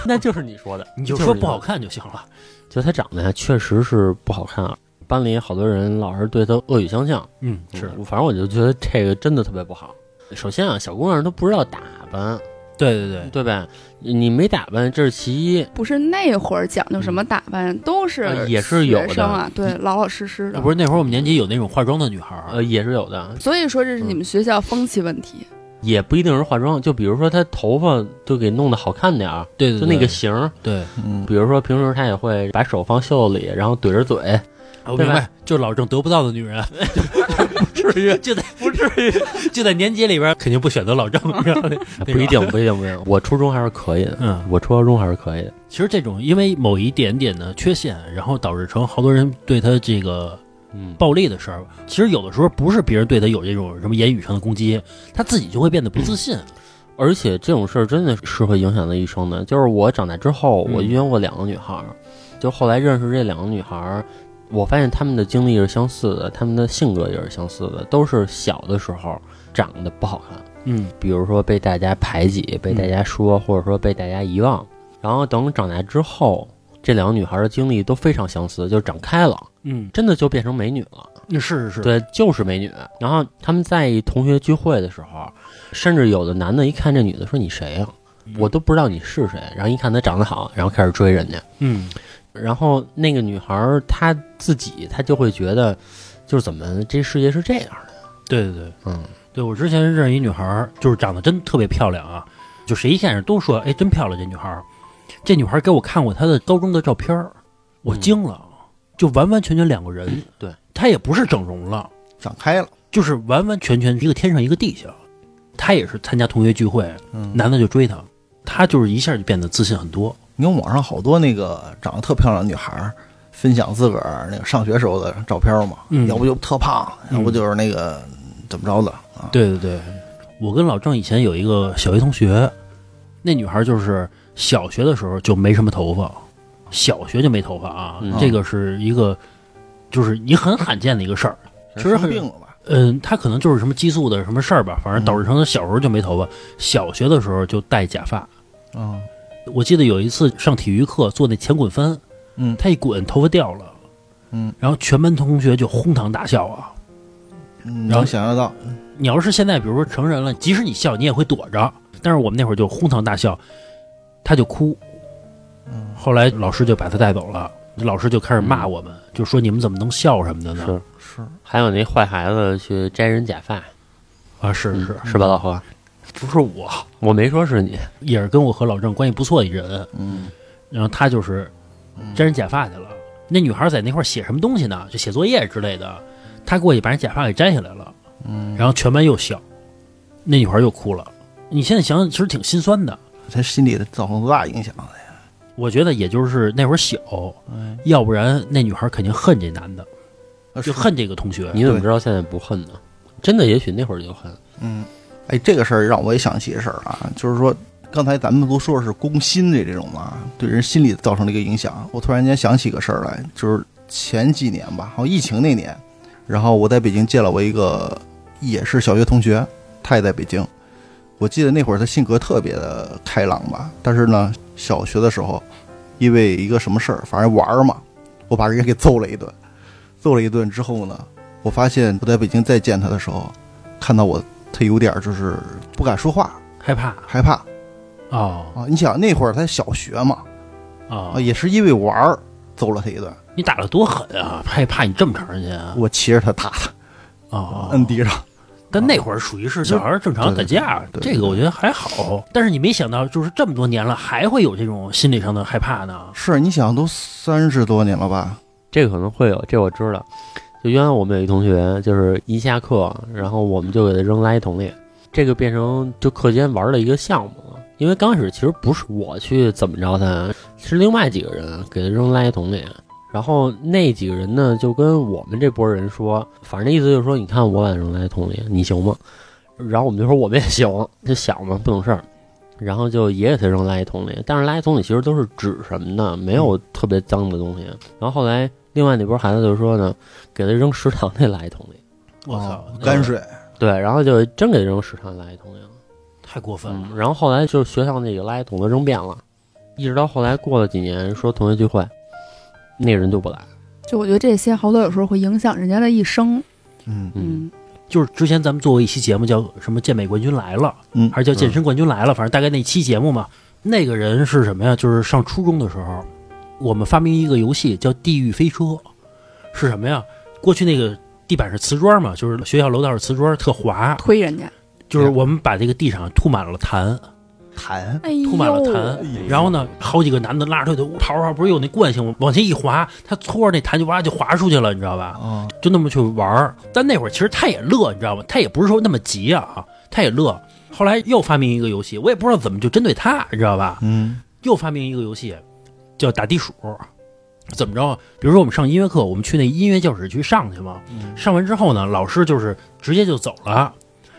Speaker 1: 那就是你说的，
Speaker 2: 你就说不好。看就行了。
Speaker 1: 就她长得呀，确实是不好看啊。班里好多人老是对她恶语相向，
Speaker 2: 嗯，
Speaker 1: 嗯反正我就觉得这个真的特别不好。首先啊，小姑娘她不知道打扮，
Speaker 2: 对对对，
Speaker 1: 对吧？你没打扮这是其一，
Speaker 4: 不是那会儿讲究什么打扮，都嗯是
Speaker 1: 呃也是有的
Speaker 4: 学生啊，对，老老实实的。
Speaker 2: 不是那会儿我们年级有那种化妆的女孩儿，
Speaker 1: 呃，也是有的，
Speaker 4: 所以说这是嗯你们学校风气问题。
Speaker 1: 也不一定是化妆。就比如说她头发就给弄得好看点儿，
Speaker 2: 对对，
Speaker 1: 就
Speaker 2: 嗯对
Speaker 1: 那个型儿。
Speaker 2: 对，
Speaker 3: 嗯，
Speaker 1: 比如说平时她也会把手放袖子里，然后怼着嘴，
Speaker 2: 我
Speaker 1: 对
Speaker 2: 明
Speaker 1: 吧
Speaker 2: 白，就老郑得不到的女人，啊
Speaker 1: 至于
Speaker 2: 就在不至于就在年级里边儿肯定不选择老郑，你知道吗
Speaker 1: 啊不一定，不一定，不一定。我初中还是可以的，
Speaker 2: 嗯，
Speaker 1: 我初高中还是可以的。
Speaker 2: 其实这种因为某一点点的缺陷，然后导致成好多人对他这个
Speaker 1: 嗯，
Speaker 2: 暴力的事儿，其实有的时候不是别人对他有这种什么言语上的攻击，他自己就会变得不自信。
Speaker 1: 而且这种事儿真的是会影响他一生的。就是我长大之后，
Speaker 2: 嗯
Speaker 1: 我遇见过两个女孩儿，就后来认识这两个女孩儿，我发现她们的经历是相似的，她们的性格也是相似的，都是小的时候长得不好看，
Speaker 2: 嗯
Speaker 1: 比如说被大家排挤、被大家说，或者说被大家遗忘。然后等长大之后，这两个女孩儿的经历都非常相似，就是长开朗，
Speaker 2: 嗯，
Speaker 1: 真的就变成美女了。
Speaker 2: 是嗯是是，
Speaker 1: 对，就是美女。然后他们在同学聚会的时候，甚至有的男的一看这女的说你谁呀、
Speaker 2: 嗯
Speaker 1: 我都不知道你是谁。然后一看她长得好，然后开始追人家。
Speaker 2: 嗯
Speaker 1: 然后那个女孩儿她自己她就会觉得，就是怎么这世界是这样的？
Speaker 2: 对对对。
Speaker 1: 嗯，
Speaker 2: 对我之前认识一女孩儿，就是长得真特别漂亮啊，就谁一见着都说，哎，真漂亮这女孩儿。这女孩儿给我看过她的高中的照片儿，我
Speaker 1: 嗯
Speaker 2: 惊了，就完完全全两个人。
Speaker 1: 对，
Speaker 2: 她也不是整容了，
Speaker 3: 长开了，
Speaker 2: 就是完完全全一个天上一个地下。她也是参加同学聚会，
Speaker 3: 嗯，
Speaker 2: 男的就追她，她就是一下就变得自信很多。
Speaker 3: 你看网上好多那个长得特漂亮的女孩儿，分享自个儿那个上学时候的照片嘛，
Speaker 2: 嗯
Speaker 3: 要不就特胖，要不就是那个怎么着的啊，
Speaker 2: 对对对，我跟老郑以前有一个小学同学，那女孩就是小学的时候就没什么头发，小学就没头发啊，
Speaker 1: 嗯
Speaker 2: 这个是一个就是你很罕见的一个事儿。确实
Speaker 3: 生
Speaker 2: 很
Speaker 3: 病了吧？
Speaker 2: 嗯，她可能就是什么激素的什么事儿吧，反正导致成她小时候就没头发，小学的时候就戴假发。
Speaker 3: 嗯
Speaker 2: 我记得有一次上体育课做那前滚翻，
Speaker 3: 嗯
Speaker 2: 她一滚头发掉了，
Speaker 3: 嗯，
Speaker 2: 然后全班同学就哄堂大笑啊。
Speaker 3: 嗯，
Speaker 2: 然后
Speaker 3: 能想象到，
Speaker 2: 你要是现在比如说成人了，即使你笑，你也会躲着。但是我们那会儿就哄堂大笑，他就哭。
Speaker 3: 嗯，
Speaker 2: 后来老师就把他带走了，老师就开始骂我们，就说你们怎么能笑什么的呢？
Speaker 1: 是。
Speaker 3: 是，
Speaker 1: 还有那坏孩子去摘人假发，
Speaker 2: 啊，是是，
Speaker 1: 嗯是吧，老何？
Speaker 2: 不是我，
Speaker 1: 我没说是你，
Speaker 2: 也是跟我和老郑关系不错一人，
Speaker 3: 嗯，
Speaker 2: 然后他就是摘人假发去了。那女孩在那块儿写什么东西呢？就写作业之类的。他过去把人假发给摘下来了，
Speaker 3: 嗯，
Speaker 2: 然后全班又笑，那女孩又哭了。你现在想想，其实挺心酸的。
Speaker 3: 他心里造成多大影响？啊
Speaker 2: 我觉得也就是那会儿小，要不然那女孩肯定恨这男的，
Speaker 3: 哎，
Speaker 2: 就恨这个同学。
Speaker 1: 你怎么知道现在不恨呢？真的，也许那会儿就恨。
Speaker 3: 嗯，哎，这个事儿让我也想起一事儿啊，就是说刚才咱们不说是攻心理这种嘛，对人心理造成了一个影响。我突然间想起个事儿来，就是前几年吧，好像疫情那年，然后我在北京见了我一个也是小学同学，他也在北京。我记得那会儿他性格特别的开朗吧，但是呢，小学的时候因为一个什么事儿，反正玩儿嘛，我把人家给揍了一顿。揍了一顿之后呢，我发现我在北京再见他的时候，看到我他有点儿就是不敢说话，
Speaker 2: 害怕
Speaker 3: 害怕
Speaker 2: 哦
Speaker 3: 啊！你想那会儿他小学嘛，啊，
Speaker 2: 哦，
Speaker 3: 也是因为玩儿揍了他一顿，
Speaker 2: 你打的多狠啊！害怕你这么长时间啊？
Speaker 3: 我骑着他打他，
Speaker 2: 哦，
Speaker 3: 摁地上。
Speaker 2: 但那会儿属于是小孩儿正常打架，
Speaker 3: 对对对
Speaker 2: 这个我觉得还好。但是你没想到，就是这么多年了，还会有这种心理上的害怕呢？
Speaker 3: 是，你想都三十多年了吧？
Speaker 1: 这个可能会有，这我知道。就原来我们有一同学，就是一下课，然后我们就给他扔垃圾桶里，这个变成就课间玩的一个项目了。因为刚开始其实不是我去怎么着他，是另外几个人啊给他扔垃圾桶里，然后那几个人呢就跟我们这波人说，反正那意思就是说，你看我把他扔垃圾桶里，你行吗？然后我们就说我们也行，就小嘛不懂事儿，然后就也给他扔垃圾桶里，但是垃圾桶里其实都是纸什么的，没有特别脏的东西。然后后来另外那波孩子就说呢，给他扔食堂那垃圾桶里，
Speaker 2: 我操
Speaker 3: 哦，
Speaker 2: 那
Speaker 3: 泔水
Speaker 1: 对，然后就真给他扔食堂垃圾桶里了。
Speaker 2: 太过分了。
Speaker 1: 嗯，然后后来就是学校那个垃圾桶都扔遍了，一直到后来过了几年，说同学聚会，那人就不来。
Speaker 4: 就我觉得这些好多有时候会影响人家的一生。
Speaker 3: 嗯
Speaker 1: 嗯，
Speaker 4: 嗯，
Speaker 2: 就是之前咱们做过一期节目，叫什么“健美冠军来了”，
Speaker 3: 嗯
Speaker 2: 还是叫“健身冠军来了”，反正大概那期节目嘛。那个人是什么呀？就是上初中的时候，我们发明一个游戏叫“地狱飞车”，是什么呀？过去那个地板是瓷砖嘛，就是学校楼道是瓷砖，特滑。
Speaker 4: 推人家，
Speaker 2: 就是我们把这个地上吐满了痰，
Speaker 3: 痰
Speaker 4: 哎呦，
Speaker 2: 吐满了痰，然后呢，好几个男的拉着腿就跑跑，不是有那惯性吗？往前一滑，他搓着那痰就哇就滑出去了，你知道吧？
Speaker 3: 啊，
Speaker 2: 就那么去玩儿。但那会儿其实他也乐，你知道吗？他也不是说那么急啊，他也乐。后来又发明一个游戏，我也不知道怎么就针对他，你知道吧？
Speaker 3: 嗯
Speaker 2: 又发明一个游戏，叫打地鼠。怎么着啊？比如说我们上音乐课，我们去那音乐教室去上去嘛。上完之后呢，老师就是直接就走了，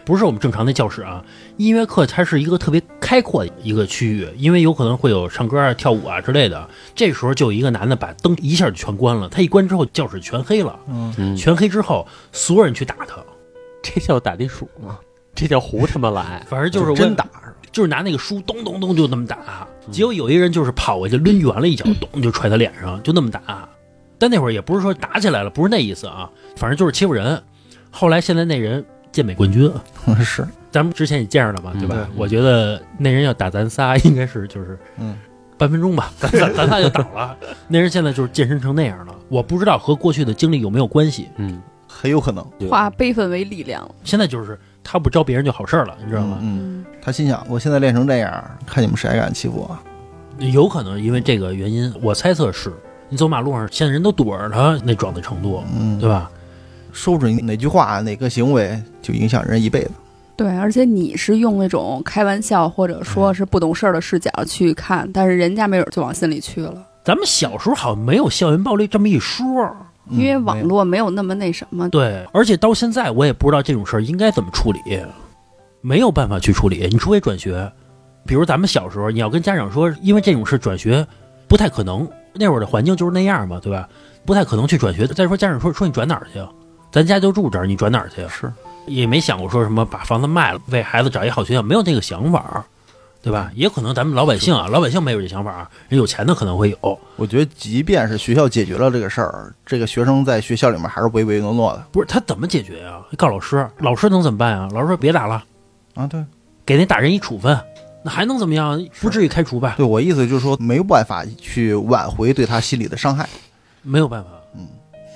Speaker 2: 不是我们正常的教室啊。音乐课它是一个特别开阔的一个区域，因为有可能会有唱歌啊、跳舞啊之类的。这时候就有一个男的把灯一下就全关了，他一关之后教室全黑了。
Speaker 3: 嗯，
Speaker 1: 嗯
Speaker 2: 全黑之后，所有人去打他，。
Speaker 1: 这叫打地鼠吗？ 这叫胡他妈来
Speaker 2: 反正就是
Speaker 3: 真
Speaker 2: 打，
Speaker 3: 打是吧
Speaker 2: 就是拿那个书咚咚咚就那么打。结果有一人就是跑过去抡圆了一脚，咚就踹他脸上，就那么打。但那会儿也不是说打起来了，不是那意思啊，反正就是欺负人。后来现在那人健美冠军，
Speaker 3: 嗯 是，
Speaker 2: 咱们之前也见着了嘛，
Speaker 1: 嗯
Speaker 2: 对吧？
Speaker 1: 对
Speaker 2: 我觉得那人要打咱仨，应该是就是
Speaker 3: 嗯
Speaker 2: 半分钟吧，咱咱咱仨就倒了。那人现在就是健身成那样了，我不知道和过去的经历有没有关系。
Speaker 1: 嗯，
Speaker 3: 很有可能，
Speaker 1: 对
Speaker 4: 化悲愤为力量，
Speaker 2: 现在就是他不招别人就好事儿了，你知道吗？
Speaker 3: 嗯，
Speaker 4: 嗯，
Speaker 3: 他心想，我现在练成这样，看你们谁还敢欺负我？
Speaker 2: 有可能因为这个原因，我猜测是你走马路上，现在人都躲着他那壮的程度，
Speaker 3: 嗯，
Speaker 2: 对吧？
Speaker 3: 说不准哪句话、哪个行为就影响人一辈子。
Speaker 4: 对，而且你是用那种开玩笑或者说是不懂事儿的视角去看，但是人家没准就往心里去了，
Speaker 2: 咱们小时候好像没有校园暴力这么一说，
Speaker 3: 嗯
Speaker 4: 因为网络没有那么那什么。
Speaker 2: 对，而且到现在我也不知道这种事儿应该怎么处理，没有办法去处理，你除非转学。比如咱们小时候，你要跟家长说，因为这种事转学不太可能，那会儿的环境就是那样嘛，对吧？不太可能去转学。再说家长说说你转哪儿去啊？咱家就住这儿，你转哪儿去啊？
Speaker 3: 是
Speaker 2: 也没想过说什么把房子卖了，为孩子找一好学校，没有这个想法儿，对吧？也可能咱们老百姓啊，老百姓没有这想法儿，人有钱的可能会有。
Speaker 3: 我觉得，即便是学校解决了这个事儿，这个学生在学校里面还是唯唯诺诺的
Speaker 2: 不是他怎么解决呀、告老师，老师能怎么办啊？老师说别打了，
Speaker 3: 啊。对，
Speaker 2: 给那打人一处分，那还能怎么样？不至于开除吧？
Speaker 3: 对我意思就是说，没有办法去挽回对他心里的伤害。
Speaker 2: 没有办法，
Speaker 3: 嗯，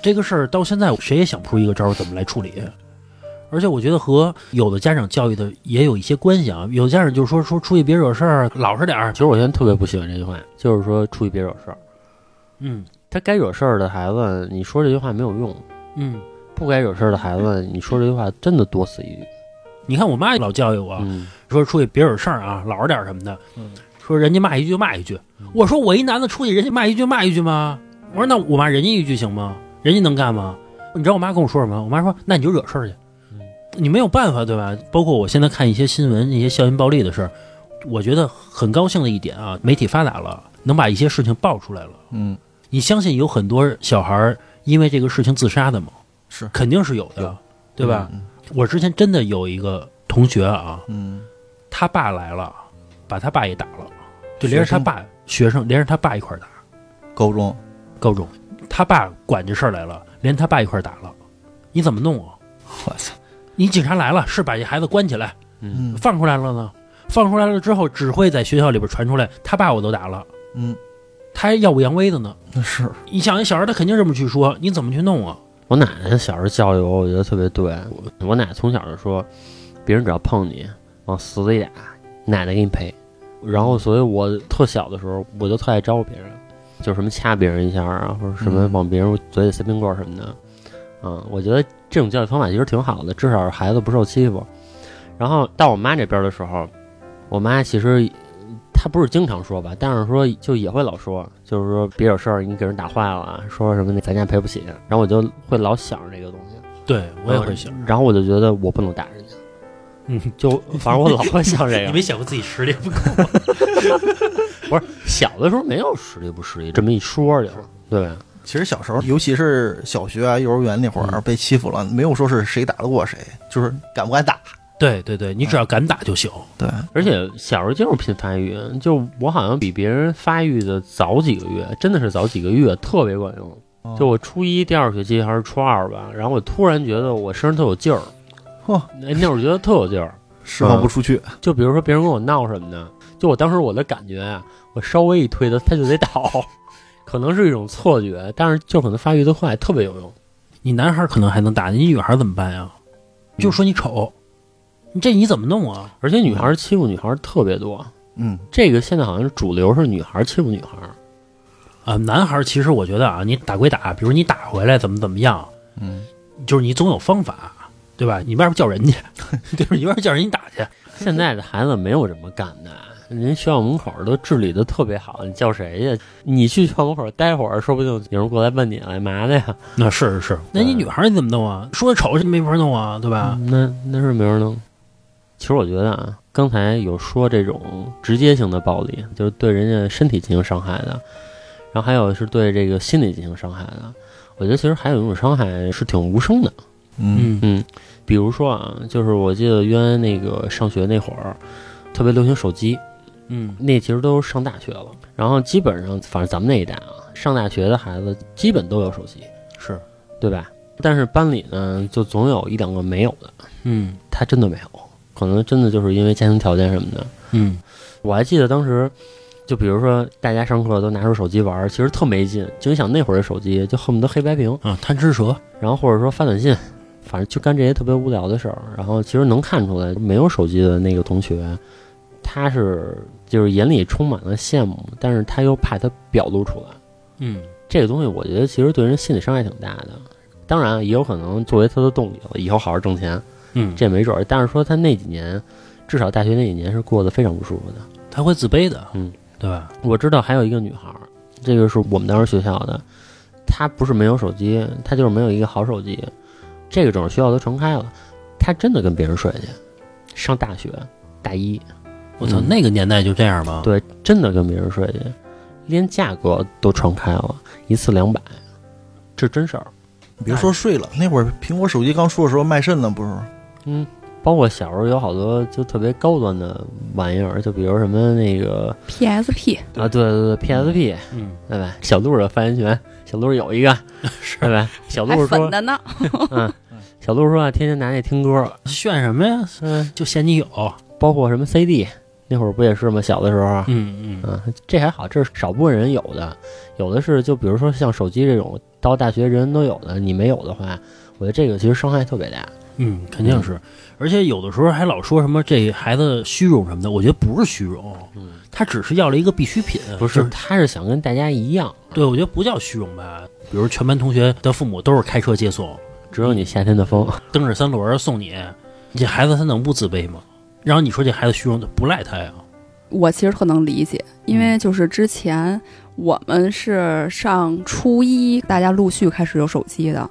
Speaker 2: 这个事儿到现在谁也想不出一个招儿怎么来处理。而且我觉得和有的家长教育的也有一些关系啊。有的家长就说说出去别惹事儿，老实点儿
Speaker 1: 其。实我现在特别不喜欢这句话，就是说出去别惹事儿。
Speaker 2: 嗯
Speaker 1: 他该惹事儿的孩子，你说这句话没有用；
Speaker 2: 嗯，
Speaker 1: 不该惹事儿的孩子，你说这句话真的多此一举。
Speaker 2: 你看我妈老教育我，
Speaker 1: 嗯，
Speaker 3: 嗯
Speaker 2: 说出去别惹事儿啊，老实点儿什么的。说人家骂一句就骂一句。我说我一男的出去，人家骂一句骂一句吗？我说那我骂人家一句行吗？人家能干吗？你知道我妈跟我说什么？我妈说那你就惹事儿去
Speaker 1: 嗯，
Speaker 2: 你没有办法对吧？包括我现在看一些新闻，一些校园暴力的事儿，我觉得很高兴的一点啊，媒体发达了，能把一些事情爆出来了。
Speaker 3: 嗯，
Speaker 2: 你相信有很多小孩儿因为这个事情自杀的吗？
Speaker 3: 是
Speaker 2: 肯定是有的
Speaker 1: 有，
Speaker 2: 对吧？
Speaker 3: 嗯？
Speaker 2: 我之前真的有一个同学啊，
Speaker 3: 嗯，
Speaker 2: 他爸来了，把他爸也打了，就
Speaker 3: 学
Speaker 2: 连着他
Speaker 3: 生
Speaker 2: 爸学生连着他爸一块儿打。
Speaker 3: 高中
Speaker 2: 高中，他爸管这事儿来了，连他爸一块儿打了，你怎么弄啊？
Speaker 3: 我操，
Speaker 2: 你警察来了，是把这孩子关起来，
Speaker 3: 嗯
Speaker 2: 放出来了呢？放出来了之后，只会在学校里边传出来，他爸我都打了，
Speaker 3: 嗯，
Speaker 2: 他还耀武扬威的呢。
Speaker 3: 那是
Speaker 2: 你想，一小孩他肯定这么去说，你怎么去弄啊？
Speaker 1: 我奶奶小时候教育我，我觉得特别对。我我奶奶从小就说，别人只要碰你，往死里打，奶奶给你赔。然后，所以我特小的时候，我就特爱招呼别人，就什么掐别人一下啊，或者什么
Speaker 3: 嗯
Speaker 1: 往别人嘴里塞冰棍儿什么的。嗯，我觉得这种教育方法其实挺好的，至少孩子不受欺负。然后到我妈这边的时候，我妈其实她不是经常说吧，但是说就也会老说，就是说别惹事儿，你给人打坏了，说什么咱家赔不起。然后我就会老想着这个东西，
Speaker 2: 对我也会想，
Speaker 1: 然后我就觉得我不能打人家，
Speaker 2: 嗯，
Speaker 1: 就反正我老会想 这
Speaker 2: 你
Speaker 1: 个
Speaker 2: 没。想过自己实力不够？
Speaker 1: 小的时候没有实力不实力这么一说就，对吧？
Speaker 3: 其实小时候，尤其是小学啊、幼儿园那会儿被欺负了，没有说是谁打得过谁，就是敢不敢打。
Speaker 2: 对对对，你只要敢打就行。
Speaker 3: 对，
Speaker 1: 而且小时候就是拼发育，就我好像比别人发育的早几个月，真的是早几个月，特别管用。就我初一第二学期还是初二吧，然后我突然觉得我身上特有劲儿，哎
Speaker 3: 嚯
Speaker 1: 那那会儿觉得特有劲儿。
Speaker 3: 释放不出去，
Speaker 1: 就比如说别人跟我闹什么的，就我当时我的感觉啊，我稍微一推他，他就得倒，可能是一种错觉，但是就可能发育的快，特别有用。
Speaker 2: 你男孩可能还能打，你女孩怎么办呀？
Speaker 1: 嗯
Speaker 2: 就说你丑，你这你怎么弄啊？
Speaker 1: 而且女孩欺负女孩特别多，
Speaker 3: 嗯，
Speaker 1: 这个现在好像是主流是女孩欺负女孩。
Speaker 2: 啊，男孩儿其实我觉得啊，你打归打，比如你打回来怎么怎么样，
Speaker 3: 嗯，
Speaker 2: 就是你总有方法，对吧？你外边叫 人去，对吧？你外边叫人你打去，
Speaker 1: 现在的孩子没有这么干的，人学校门口都治理的特别好，你叫谁去？你去校门口待会儿，说不定有人过来问你来嘛的呀？
Speaker 2: 那是是是，那你女孩儿你怎么弄啊？说丑是没法弄啊，对吧？
Speaker 1: 嗯那那是没人弄。其实我觉得啊，刚才有说这种直接性的暴力，就是对人家身体进行伤害的，然后还有是对这个心理进行伤害的。我觉得其实还有一种伤害是挺无声的，
Speaker 3: 嗯
Speaker 2: 嗯
Speaker 1: 嗯，比如说啊，就是我记得原来那个上学那会儿，特别流行手机，
Speaker 2: 嗯，
Speaker 1: 那其实都上大学了，然后基本上，反正咱们那一代啊，上大学的孩子基本都有手机，
Speaker 2: 是，
Speaker 1: 对吧？但是班里呢，就总有一两个没有的，
Speaker 2: 嗯
Speaker 1: 他真的没有，可能真的就是因为家庭条件什么的。
Speaker 2: 嗯，
Speaker 1: 我还记得当时，就比如说大家上课都拿出手机玩儿，其实特没劲。就你想那会儿的手机，就恨不得黑白屏，
Speaker 2: 啊，贪吃蛇，
Speaker 1: 然后或者说发短信，反正就干这些特别无聊的事儿。然后其实能看出来，没有手机的那个同学，他是就是眼里充满了羡慕，但是他又怕他表露出来。
Speaker 2: 嗯，
Speaker 1: 这个东西，我觉得其实对人心理伤害挺大的。当然，也有可能作为他的动力，以后好好挣钱，
Speaker 2: 嗯，
Speaker 1: 这没准儿。但是说他那几年，至少大学那几年是过得非常不舒服的。
Speaker 2: 他会自卑的，
Speaker 1: 嗯，
Speaker 2: 对吧？
Speaker 1: 我知道还有一个女孩儿，这个是我们当时学校的，她不是没有手机，她就是没有一个好手机，这个整个学校都传开了，她真的跟别人睡去，上大学大一，
Speaker 2: 我操，
Speaker 1: 嗯
Speaker 2: 那个年代就这样吗？
Speaker 1: 对，真的跟别人睡去，连价格都传开了，一次两百，这真事儿。
Speaker 3: 别说睡了，那会儿苹果手机刚出的时候卖肾呢，不是吗？
Speaker 1: 嗯，包括小时候有好多就特别高端的玩意儿，就比如什么那个
Speaker 4: PSP
Speaker 1: 啊，对对对，PSP，
Speaker 2: 嗯，
Speaker 1: 对吧？小鹿的发言权，小鹿有一个，
Speaker 2: 是
Speaker 1: 对吧？小
Speaker 4: 还
Speaker 1: 鹿说
Speaker 4: 粉的呢，
Speaker 1: 嗯，小鹿说啊，天天拿那听歌，
Speaker 2: 炫什么呀？
Speaker 1: 嗯，
Speaker 2: 就嫌 你有，
Speaker 1: 包括什么 CD，那会儿不也是吗？小的时候啊，
Speaker 2: 嗯嗯，
Speaker 1: 嗯，这还好，这是少部分人有的，有的是就比如说像手机这种，到大学人人都有的，你没有的话，我觉得这个其实伤害特别大。
Speaker 2: 嗯，肯定是，而且有的时候还老说什么这孩子虚荣什么的，我觉得不是虚荣，
Speaker 1: 嗯，
Speaker 2: 他只是要了一个必需品，
Speaker 1: 不，
Speaker 2: 就是
Speaker 1: 他是想跟大家一样，
Speaker 2: 对，我觉得不叫虚荣吧。比如全班同学的父母都是开车接送，
Speaker 1: 只有你夏天的风，
Speaker 4: 嗯
Speaker 2: 蹬着三轮儿送你，你这孩子他能不自卑吗？然后你说这孩子虚荣，不赖他呀，
Speaker 4: 我其实特能理解，因为就是之前我们是上初一，大家陆续开始有手机的，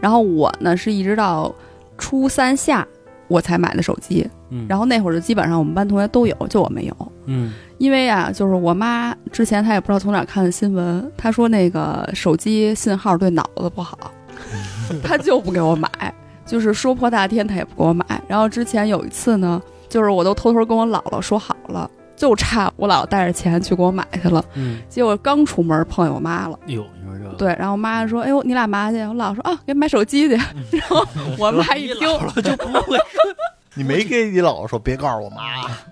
Speaker 4: 然后我呢是一直到初三下我才买的手机，
Speaker 2: 嗯，
Speaker 4: 然
Speaker 2: 后
Speaker 4: 后那会儿就基本上我们班同学都有，就我没有。
Speaker 2: 嗯
Speaker 4: 因为啊，就是我妈之前她也不知道从哪儿看的新闻，她说那个手机信号对脑子不好，她就不给我买，就是说破大天她也不给我买。然后之前有一次呢，就是我都偷偷跟我姥姥说好了，就差我姥姥带着钱去给我买去了，
Speaker 2: 嗯，
Speaker 4: 结果刚出门碰见我妈了。
Speaker 2: 哎呦，你说这，
Speaker 4: 对，然后我妈说：“哎呦，你俩嘛去？”我姥说：“啊，给买手机去。”然后我妈一听，
Speaker 2: 就不会
Speaker 3: 你没跟你姥姥说别告诉我妈，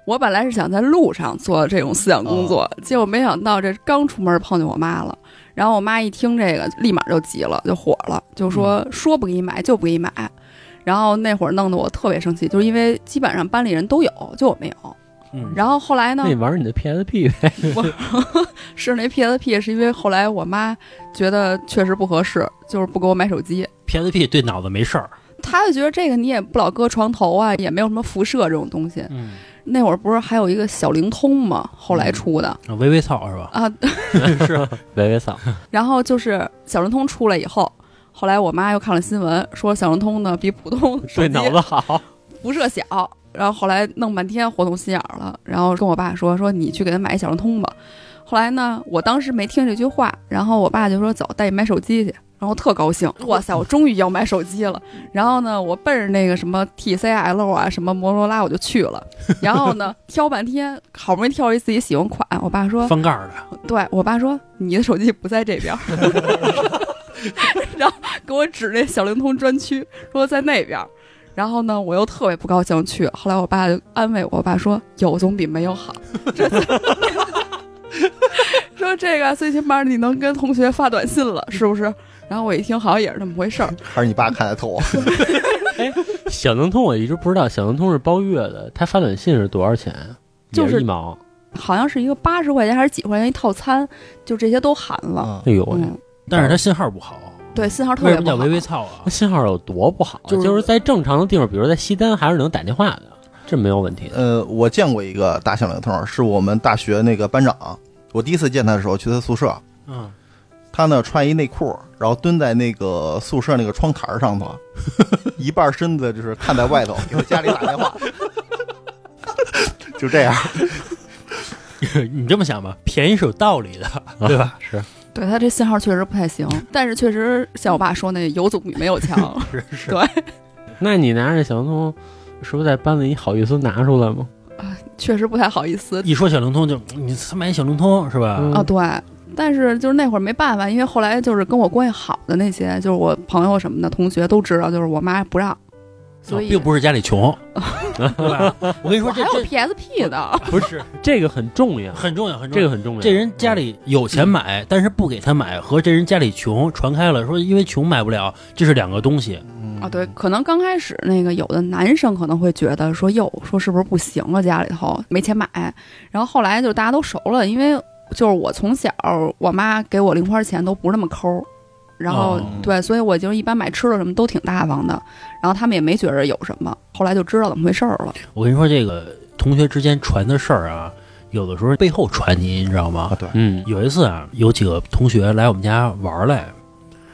Speaker 4: 我本来是想在路上做这种思想工作，结果没想到这刚出门碰见我妈了。然后我妈一听这个，立马就急了，就火了，就说、说不给你买就不给你买。然后那会儿弄得我特别生气，就是因为基本上班里人都有，就我没有。
Speaker 2: 嗯
Speaker 4: 然后后来呢
Speaker 1: 那，你玩儿你的 PSP 呗，
Speaker 4: 是那 PSP，是因为后来我妈觉得确实不合适，就是不给我买手机。
Speaker 2: PSP 对脑子没事儿，
Speaker 4: 她就觉得这个你也不老搁床头啊，也没有什么辐射这种东西。
Speaker 2: 嗯，
Speaker 4: 那会儿不是还有一个小灵通吗？后来出的、
Speaker 2: 啊微微操是吧？
Speaker 4: 啊，
Speaker 2: 是，
Speaker 1: 喂喂操，
Speaker 4: 然后就是小灵通出来以后，后来我妈又看了新闻，说小灵通呢比普通手
Speaker 1: 对
Speaker 4: 机
Speaker 1: 脑子好，
Speaker 4: 辐射小。然后后来弄半天活动心眼儿了，然后跟我爸说说你去给他买一小灵通吧。后来呢，我当时没听这句话，然后我爸就说走，带你买手机去。然后特高兴，哇塞，我终于要买手机了。然后呢，我奔着那个什么 TCL 啊，什么摩托罗拉我就去了。然后呢，挑半天，好不容易挑一自己喜欢款。我爸说
Speaker 2: 翻盖儿的，
Speaker 4: 对我爸说你的手机不在这边儿，然后给我指那小灵通专区，说在那边儿。然后呢，我又特别不高兴去。后来我爸就安慰我，我爸说有总比没有好。这说这个最起码你能跟同学发短信了，是不是？然后我一听好像也是那么回事儿，
Speaker 3: 还是你爸看得 透？啊
Speaker 1: 小灵通我一直不知道，小灵通是包月的，它发短信是多少钱啊？
Speaker 4: 就是
Speaker 1: 也是一毛。
Speaker 4: 好像是一个八十块钱还是几块钱一套餐，就这些都含了。
Speaker 3: 嗯
Speaker 1: 哎呦喂，
Speaker 4: 嗯，
Speaker 2: 但是它信号不好，
Speaker 4: 对，信号特
Speaker 2: 为
Speaker 4: 别
Speaker 2: 什么叫
Speaker 4: 不好
Speaker 2: 微。微操啊
Speaker 1: 那？信号有多不好啊？
Speaker 4: 就是
Speaker 1: 就是在正常的地方，比如在西单，还是能打电话的，这没有问题的。
Speaker 3: 呃，我见过一个大小灵通，是我们大学那个班长。我第一次见他的时候，去他宿舍，
Speaker 2: 嗯，
Speaker 3: 他呢穿一内裤，然后蹲在那个宿舍那个窗台上 头，啊一半身子就是看在外 头，给他家里打电话，就这样。
Speaker 2: 你这么想吧，便宜是有道理的， 对吧？是
Speaker 4: 对他这信号确实不太行，但是确实像我爸说那有总比没有强。
Speaker 2: 是是，
Speaker 4: 对
Speaker 1: 那你拿着小灵通，是不是在班里好意思拿出来吗？
Speaker 4: 确实不太好意思
Speaker 2: 一说小灵通就你他妈一小灵通是吧？
Speaker 1: 嗯
Speaker 4: 啊，对。但是就是那会儿没办法，因为后来就是跟我关系好的那些，就是我朋友什么的同学都知道，就是我妈不让，所以
Speaker 2: 哦并不是家里 穷，对吧？我跟你说，
Speaker 4: 我还
Speaker 2: 这这
Speaker 4: 有 PSP 的，
Speaker 2: 不是
Speaker 1: 这个很重要，
Speaker 2: 很重要，很重
Speaker 1: 这
Speaker 2: 要
Speaker 1: 个。很重要。
Speaker 2: 这人家里有钱买，但是不给他买，和这人家里穷传开了，说因为穷买不了，这是两个东西。
Speaker 4: 啊，
Speaker 2: 嗯
Speaker 4: 对，
Speaker 3: 嗯
Speaker 4: 可能刚开始那个有的男生可能会觉得说哟，说是不是不行啊，家里头没钱买，然后后来就大家都熟了，因为就是我从小我妈给我零花钱都不是那么抠，然后、
Speaker 2: 哦
Speaker 4: 对，所以我就一般买吃的什么都挺大方的，然后他们也没觉着有什么，后来就知道怎么回事儿了。
Speaker 2: 我跟你说，这个同学之间传的事儿啊，有的时候背后传你，你知道吗
Speaker 3: 啊，？对，
Speaker 1: 嗯，
Speaker 2: 有一次啊，有几个同学来我们家玩儿来，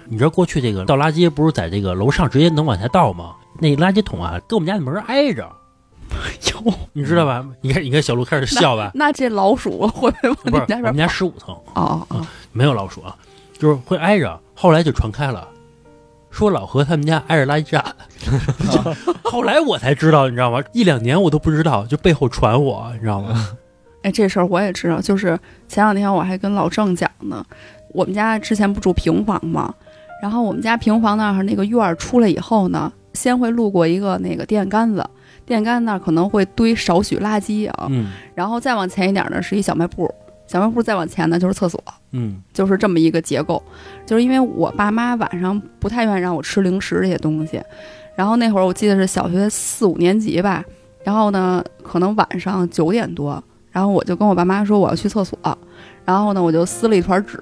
Speaker 2: 你知道过去这个倒垃圾不是在这个楼上直接能往下倒吗？那垃圾桶啊，跟我们家的门儿挨着，
Speaker 4: 哟，
Speaker 2: 你知道吧？你看，你看小鹿开始笑 吧，
Speaker 4: 那这老鼠会不会往
Speaker 2: 不是
Speaker 4: 你家
Speaker 2: 我们
Speaker 4: 里边
Speaker 2: 家十五层
Speaker 4: 哦哦，
Speaker 2: 没有老鼠啊，就是会挨着。后来就传开了，说老何他们家挨着垃圾 站。后来我才知道，你知道吗？一两年我都不知道，就背后传我，你知道吗？
Speaker 4: 哎，这事儿我也知道，就是前两天我还跟老郑讲呢，我们家之前不住平房嘛，然后我们家平房那儿那个院儿出来以后呢，先会路过一个那个电线杆子，电线杆那儿可能会堆少许垃圾啊，
Speaker 2: 嗯
Speaker 4: 然后再往前一点呢是一小卖部，小卖部再往前呢就是厕所。
Speaker 2: 嗯
Speaker 4: 就是这么一个结构。就是因为我爸妈晚上不太愿意让我吃零食这些东西，然后那会儿我记得是小学四五年级吧，然后呢，可能晚上九点多，然后我就跟我爸妈说我要去厕所，然后呢，我就撕了一团纸，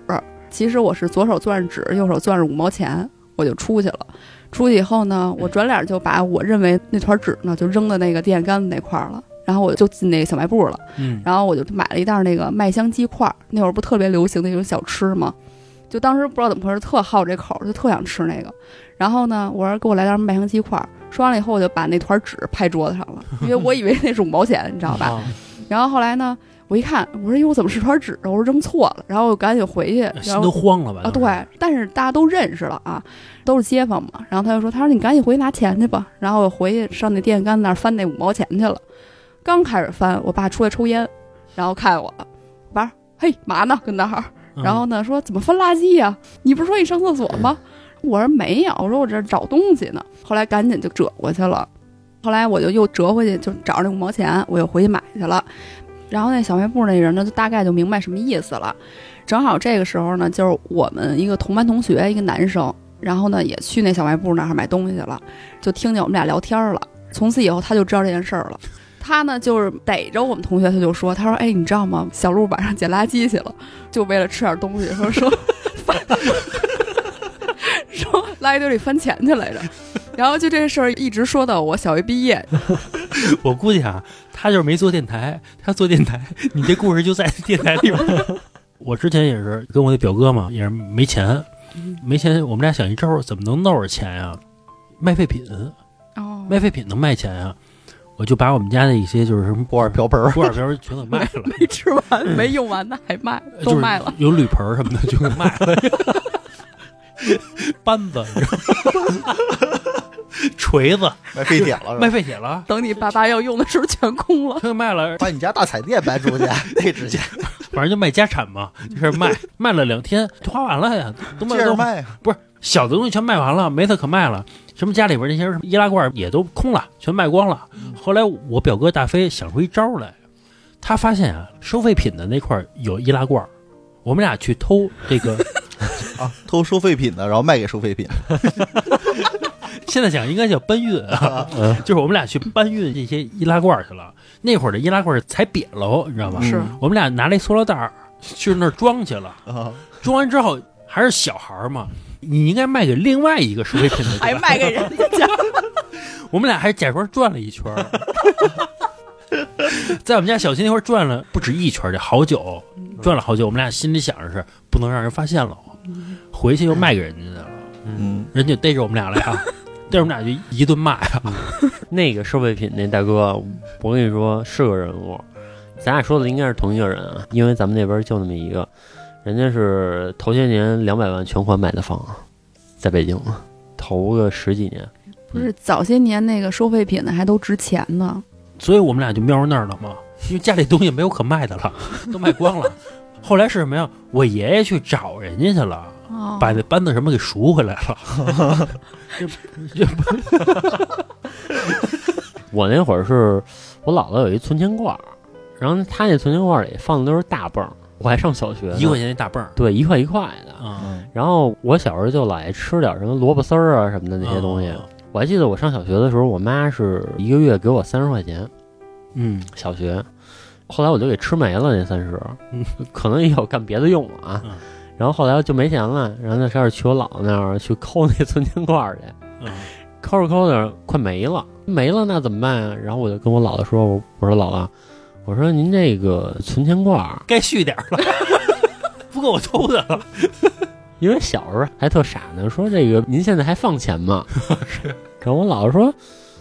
Speaker 4: 其实我是左手攥着纸，右手攥着五毛钱，我就出去了。出去以后呢，我转脸就把我认为那团纸呢就扔到那个电线杆子那块儿了。然后我就进那小卖部了，
Speaker 2: 嗯，
Speaker 4: 然后我就买了一袋那个麦香鸡块儿，那会儿不特别流行那种小吃吗？就当时不知道怎么回事，特好这口儿，就特想吃那个。然后呢，我说给我来点麦香鸡块儿。说完了以后，我就把那团纸拍桌子上了，因为我以为那是五毛钱，你知道
Speaker 2: 嗯
Speaker 4: 吧？
Speaker 1: 啊
Speaker 4: 然后后来呢，我一看，我说哟，我怎么是团纸啊？我说扔错了，然后我赶紧回去，
Speaker 2: 心
Speaker 4: 然
Speaker 2: 呃都
Speaker 4: 后
Speaker 2: 慌了吧？
Speaker 4: 啊
Speaker 2: 当时
Speaker 4: 对，但是大家都认识了啊，都是街坊嘛。然后他就说，他说你赶紧回去拿钱去吧。然后我回去上那电线杆那儿翻那五毛钱去了，刚开始翻，我爸出来抽烟，然后看我，玩儿，嘿，嘛呢？跟那儿。
Speaker 2: 嗯
Speaker 4: 然后呢，说怎么翻垃圾呀、你不是说你上厕所吗？我说没有，我说我这找东西呢。后来赶紧就折过去了，后来我就又折回去，就找着那五毛钱，我又回去买去了。然后那小卖部那人呢，就大概就明白什么意思了。正好这个时候呢，就是我们一个同班同学，一个男生，然后呢也去那小卖部那儿买东西去了，就听见我们俩聊天了。从此以后，他就知道这件事儿了。他呢就是逮着我们同学，他就说：“他说，哎，你知道吗？小鹿晚上捡垃圾去了。”就为了吃点东西， 说说翻，说垃圾堆里翻钱去来着。然后就这事儿一直说到我小学毕 业，
Speaker 2: 我估计啊，他就是没做电台，他做电台，你这故事就在 电台里边。 我之前也是跟我那表哥嘛，也是没钱，
Speaker 4: 嗯
Speaker 2: 没钱，我们俩想一招儿，怎么能弄点钱呀、卖废品，
Speaker 4: 哦
Speaker 2: 卖废品能卖钱呀、我就把我们家的一些就是什么
Speaker 3: 锅碗瓢盆儿，
Speaker 2: 锅碗瓢盆全给 卖了，
Speaker 4: 没吃完、没用完的还 卖，都卖了。，
Speaker 2: 有铝盆儿什么的就给卖了， 扳子， 你知道吗锤子，
Speaker 3: 卖非典了是吧
Speaker 2: 卖废铁了，
Speaker 4: 等你爸爸要用的时候全空了。
Speaker 2: 全给卖了，
Speaker 3: 把你家大彩 电搬出去，那值钱，
Speaker 2: 反正就卖家 产嘛，就是卖卖了两天就花完了呀，都卖
Speaker 3: 接着
Speaker 2: 都
Speaker 3: 卖啊。
Speaker 2: 小的东西全卖完了，没得可卖了。什么家里边那些什么易拉罐也都空了，全卖光了。
Speaker 3: 嗯
Speaker 2: 后来我表哥大飞想出一招来，他发现啊，收废品的那块儿有易拉罐，我们俩去偷这 个。
Speaker 3: 啊，偷收废品的，然后卖给收废品。
Speaker 2: 现在讲应该叫搬运啊， 就是我们俩去搬运这些易拉罐去了。那会儿的易拉罐才瘪喽，你知道吧？
Speaker 4: 是
Speaker 2: 我们俩拿了一塑料袋儿去那儿装去了，
Speaker 3: 啊，
Speaker 2: 装完之后还是小孩儿嘛，你应该卖给另外一个收废品 的地方，
Speaker 4: 还卖给人家家，
Speaker 2: 我们俩还假装转了一圈儿， 在我们家小区那块儿转了不止一圈儿，得好久，转了好久。我们俩心里想着是不能让人发现了，回去又卖给人家去了，
Speaker 3: 嗯，
Speaker 2: 人家就逮着我们俩了呀， 逮着我们俩就一顿骂呀。
Speaker 1: 那个收废品那大哥，我跟你说是个人物，咱俩说的应该是同一个人啊，因为咱们那边就那么一个，人家是头些年两百万全款买的房，在北京头个十几年，
Speaker 4: 不是早些年那个收废品的还都值钱呢。
Speaker 2: 所以我们俩就瞄着那儿了嘛，因为家里东西没有可卖的了， 都卖光了。后来是什么呀？我爷爷去找人家去了。
Speaker 4: 哦
Speaker 2: 把那班子什么给赎回来了，
Speaker 1: 我那会儿是我姥姥有一存钱罐儿，然后她那存钱罐儿里放的都是大泵儿，我还上小学呢
Speaker 2: 一块钱一大泵儿
Speaker 1: 对一块一块的。
Speaker 2: 啊，
Speaker 3: 嗯
Speaker 1: 然后我小时候就老爱吃点儿什么萝卜丝儿啊什么的那些东西。
Speaker 2: 啊
Speaker 1: 我还记得我上小学的时候，我妈是一个月给我三十块钱，
Speaker 2: 嗯，
Speaker 1: 小学，后来我就给吃没了那三十
Speaker 2: 嗯，
Speaker 1: 可能也有干别的用了啊
Speaker 2: 嗯。
Speaker 1: 然后后来就没钱了，然后就开始去我姥姥那儿去抠那存钱罐儿去，
Speaker 2: 嗯
Speaker 1: 抠着抠着快没了，没了那怎么办啊？然后我就跟我姥姥说，我我说姥姥，我说您这个存钱罐儿，
Speaker 2: 该续点儿了， 不够我偷的了。
Speaker 1: 因为小时候还特傻呢，说这个您现在还放钱 吗？然后我姥姥说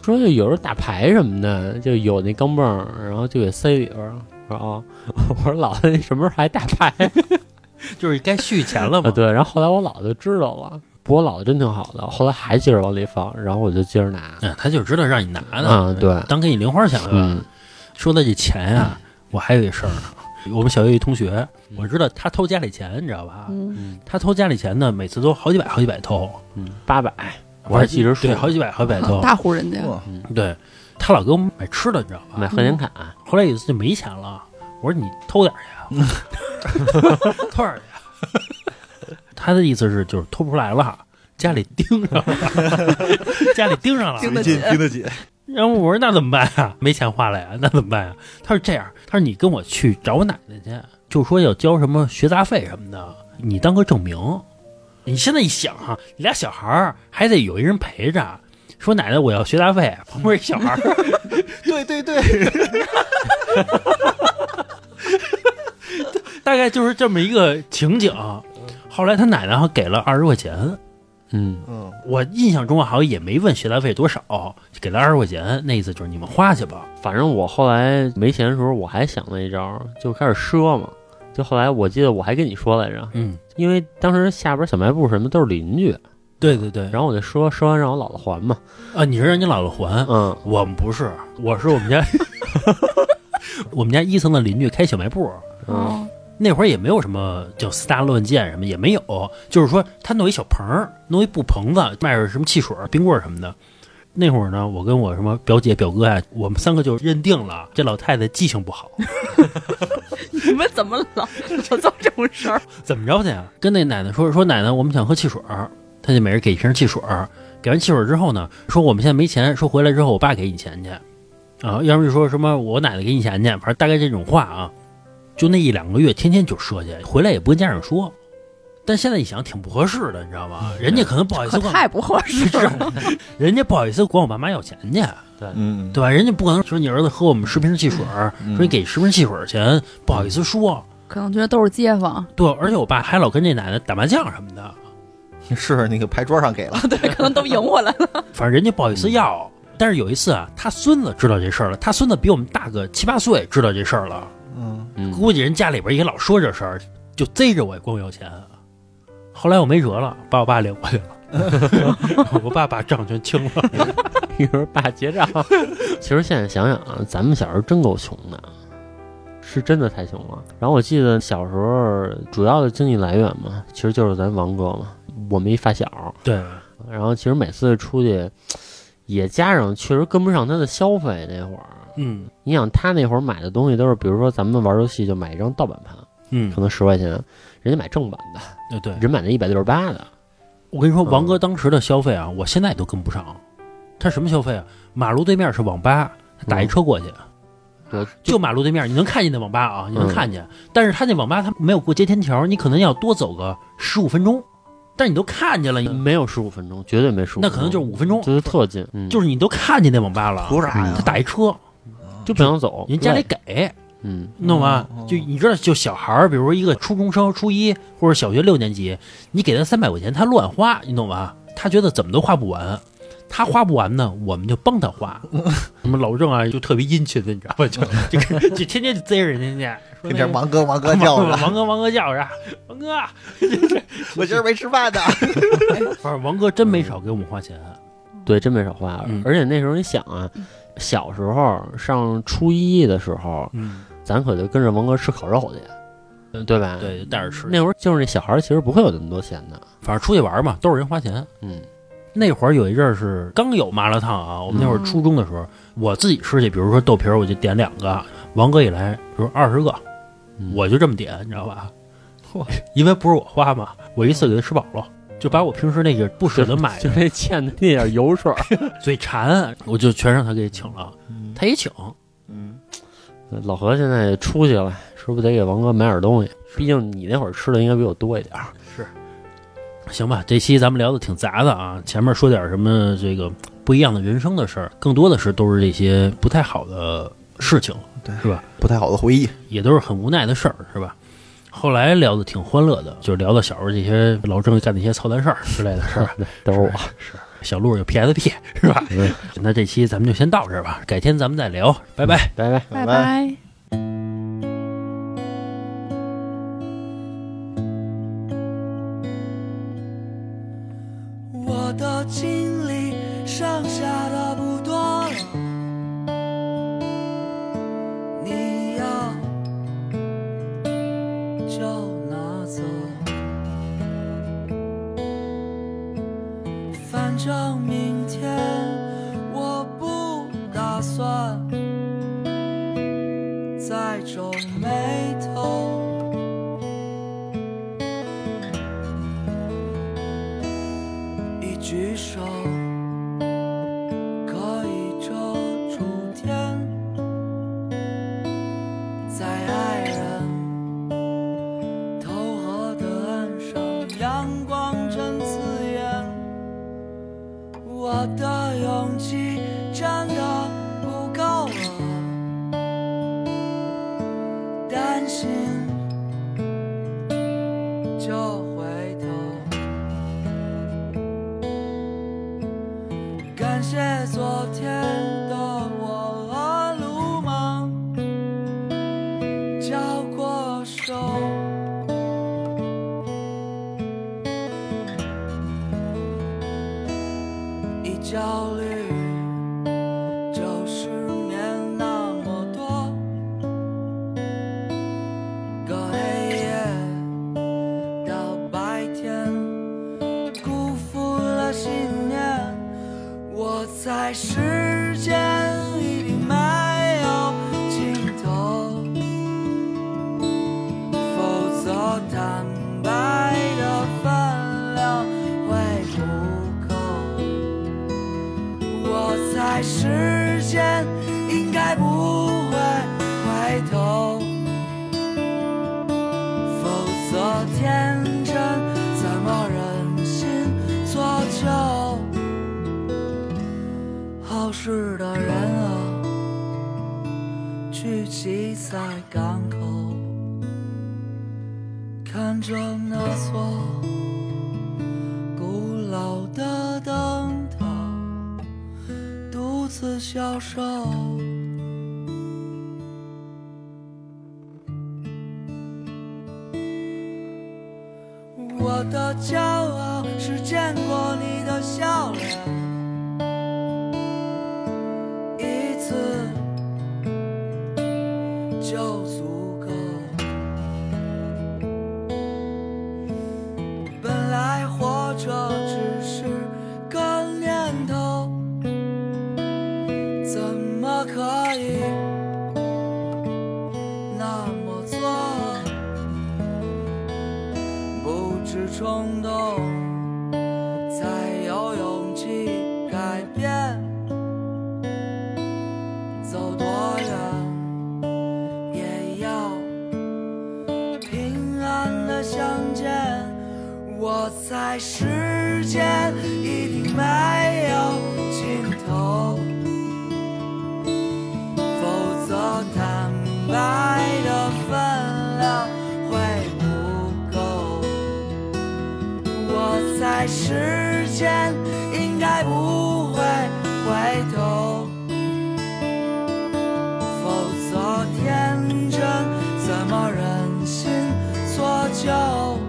Speaker 1: 说就有时候打牌什么的，就有那钢镚儿，然后就给塞里边儿。我说哦， 我说姥姥，你什么时候还打牌？
Speaker 2: 就是该续钱了
Speaker 1: 啊，
Speaker 2: 嘛。
Speaker 1: 对，然后后来我姥就知道了，不过我姥姥真挺好的，后来还接着往里放，然后我就接着拿。
Speaker 2: 嗯，他就知道让你拿的，
Speaker 1: 嗯对
Speaker 2: 当给你零花钱了。
Speaker 1: 嗯，
Speaker 2: 说到这钱啊，我还有一事儿呢。我们小学一同学，
Speaker 1: 嗯
Speaker 2: 我知道他偷家里钱，你知道吧？
Speaker 4: 嗯，
Speaker 2: 他偷家里钱呢，每次都好几百、好几百偷。
Speaker 1: 嗯，八百，我
Speaker 2: 还
Speaker 1: 还记着数啊
Speaker 2: 对，，好几百、好几百偷。
Speaker 4: 大户人家，
Speaker 3: 哇
Speaker 2: 对，他老给我们买吃的，你知道吧
Speaker 1: 买？贺年卡，
Speaker 2: 后来有一次就没钱了，我说你偷点儿去啊，
Speaker 4: 嗯
Speaker 2: 偷点儿去啊。他的意思是就是偷不出来了，家里盯上了， 家里盯上了，
Speaker 4: 盯得紧
Speaker 3: 啊盯得紧，
Speaker 2: 然后我说那怎么办呀？没钱花了呀，那怎么办呀？他说这样，他说你跟我去找我奶奶去，就说要交什么学杂费什么的，你啊当个证明。你现在一想哈、你俩小孩儿还得有一人陪着，说奶奶我要学杂费，旁边一小孩儿，
Speaker 3: 对对对，
Speaker 2: 大概就是这么一个情景。后来他奶奶还给了二十块钱，
Speaker 1: 嗯，
Speaker 3: 嗯，
Speaker 2: 我印象中好像也没问学杂费多少，就给了二十块钱，那意思就是你们花去吧。
Speaker 1: 反正我后来没钱的时候，我还想了一招，就开始赊嘛。就后来我记得我还跟你说来着，
Speaker 2: 嗯，
Speaker 1: 因为当时下边小卖部什么都是邻居，
Speaker 2: 对对对。
Speaker 1: 然后我就说说完让我姥姥还嘛，
Speaker 2: 啊，你是让你姥姥还，
Speaker 1: 嗯，
Speaker 2: 我们不是，我是我们家， 我们家一层的邻居开小卖部，
Speaker 1: 嗯
Speaker 4: 哦，
Speaker 2: 那会儿也没有什么叫四大乱建什么也没有，就是说他弄一小棚儿，弄一布棚子，卖着什么汽水儿、冰棍儿什么的。那会儿呢，我跟我什么表姐、表哥啊，我们三个就认定了这老太太记性不好，
Speaker 4: 你们怎么老老做这种事儿？
Speaker 2: 怎么着的啊呀？跟那奶奶说说，奶奶，我们想喝汽水儿，他就每人给一瓶汽水儿。给完汽水儿之后呢，说我们现在没钱，说回来之后我爸给你钱去，啊，要不就说什么我奶奶给你钱去，反正大概这种话啊。就那一两个月，天天就赊去，回来也不跟家长说。但现在一想，挺不合适的，你知道吧？人家可能不好意思
Speaker 4: 可
Speaker 2: 管，
Speaker 4: 太不合适了。
Speaker 2: 人家不好意思管我爸妈要钱去，
Speaker 3: 嗯，
Speaker 2: 对吧？人家不可能说你儿子喝我们十瓶汽水儿，
Speaker 3: 嗯
Speaker 2: 说你给十瓶汽水儿钱，不好意思说。
Speaker 4: 可能觉得都是街坊，
Speaker 2: 对，而且我爸还老跟这奶奶打麻将什么的，
Speaker 3: 是那个牌桌上给了，
Speaker 4: 对，可能都赢回来了。
Speaker 2: 反正人家不好意思要。
Speaker 1: 嗯
Speaker 2: 但是有一次啊，他孙子知道这事儿了，他孙子比我们大个七八岁，知道这事儿了。
Speaker 3: 嗯，
Speaker 1: 嗯
Speaker 2: 估计人家里边也老说这事儿，就贼着我管我要钱。啊后来我没辙了，把我爸领过去 了，我爸把账全清了。
Speaker 1: 一会儿爸结账。 其实现在想想啊，咱们小时候真够穷的，是真的太穷了。然后我记得小时候主要的经济来源嘛，其实就是咱王哥嘛，我们一发小。
Speaker 2: 对，
Speaker 1: 然后其实每次出去，也加上确实跟不上他的消费那会儿。
Speaker 2: 嗯
Speaker 1: 你想他那会儿买的东西都是，比如说咱们玩游戏就买一张盗版盘，
Speaker 2: 嗯呃
Speaker 1: 可，能十块钱，人家买正版的，
Speaker 2: 对对。
Speaker 1: 人买那一百六十八的。
Speaker 2: 我跟你说，
Speaker 1: 嗯
Speaker 2: 王哥当时的消费啊，我现在都跟不上。他什么消费啊？马路对面是网吧，他打一车过去，
Speaker 1: 我
Speaker 2: 就马路对面，你能看见那网吧啊，你能
Speaker 1: 嗯
Speaker 2: 看见。但是他那网吧他没有过街天桥，你可能要多走个十五分钟，但是你都看见了，你
Speaker 1: 没有十五分钟，绝对没十五。
Speaker 2: 那可能就是五分钟，
Speaker 1: 就是特近，嗯、
Speaker 2: 就是你都看见那网吧了，
Speaker 3: 图啥呀
Speaker 2: 他？打一车，
Speaker 1: 就不想走，
Speaker 2: 人家得
Speaker 1: 累
Speaker 2: 给，
Speaker 1: 嗯
Speaker 2: 你懂吗
Speaker 3: 嗯？
Speaker 2: 就你知道，就小孩儿，比如说一个初中生、初一或者小学六年级，你给他三百块钱，他乱花，你懂吗？他觉得怎么都花不完，他花不完呢，我们就帮他花。什么老郑啊，就特别殷勤的，你知道吧？ 就就就就天天就贼着人家去，说
Speaker 3: 天
Speaker 2: 那
Speaker 3: 天
Speaker 2: 个
Speaker 3: 王哥王哥叫
Speaker 2: 王
Speaker 3: 着，
Speaker 2: 王哥王哥叫着，啊王哥，
Speaker 3: 我今儿没吃饭 呢。
Speaker 2: 反正王哥真没少给我们花钱。啊
Speaker 1: 对，真没少花。
Speaker 2: 嗯
Speaker 1: 而且那时候你想啊，小时候上初一的时候，
Speaker 2: 嗯，
Speaker 1: 咱可就跟着王哥吃烤肉去，嗯对吧？。
Speaker 2: 对，带着吃，
Speaker 1: 那会儿就是那小孩儿其实不会有那么多钱的，
Speaker 2: 反正出去玩嘛，都是人花钱。
Speaker 1: 嗯
Speaker 2: 那会儿有一阵儿是刚有麻辣烫啊，我们那会儿
Speaker 4: 嗯
Speaker 2: 初中的时候，我自己吃去，比如说豆皮儿，我就点两个，王哥一来，比如二十个，
Speaker 1: 嗯
Speaker 2: 我就这么点，你知道吧？因为不是我花嘛，我一次给他吃饱了，就把我平时那个不舍得买
Speaker 1: 就
Speaker 2: 的
Speaker 1: 那欠的那点油水儿，
Speaker 2: 嘴馋， 我就全让他给请了，他也请，
Speaker 3: 嗯，
Speaker 1: 老何现在出去了，是不是得给王哥买点东西？毕竟你那会儿吃的应该比我多一点儿。
Speaker 2: 行吧，这期咱们聊的挺杂的啊，前面说点什么这个不一样的人生的事儿，更多的是都是这些不太好的事情，
Speaker 3: 对
Speaker 2: 是吧？
Speaker 3: 不太好的回忆。
Speaker 2: 也都是很无奈的事儿，是吧？后来聊的挺欢乐的，就是聊到小时候这些老郑干那些操蛋事儿之类的事儿，
Speaker 1: 都是我，
Speaker 2: 小鹿有 PSP 是吧？
Speaker 1: 嗯
Speaker 2: 那这期咱们就先到这儿吧，改天咱们再聊，拜拜。
Speaker 1: 拜拜。
Speaker 4: 拜拜。
Speaker 5: 我的精力剩下的不多了，你要就拿走，反正明天我不打算再皱眉头。一举手可以遮住天，在爱人头和的岸上，阳光真刺眼。我的忧不会回头，否则天真怎么忍心做旧？好事的人啊，聚集在港口，看着那座古老的灯塔。独自消瘦。我的骄傲是见过你的笑脸，一次就足够。本来活着只是个念头。怎么可以那么做？不知冲动，才有勇气改变。走多远也要平安的相见。我猜时间一定没有尽头。否则坦白的分量会不够。我猜时间应该不会回头，否则天真怎么忍心做旧？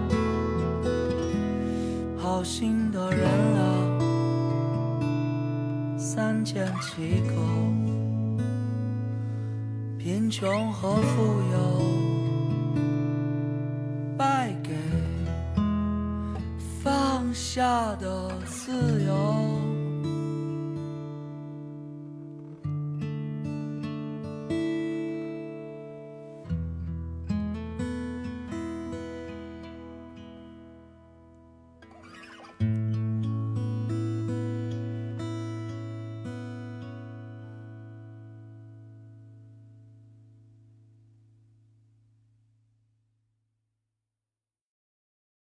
Speaker 5: 好心的人啊，三缄其口。贫穷和富有，败给放下的自由。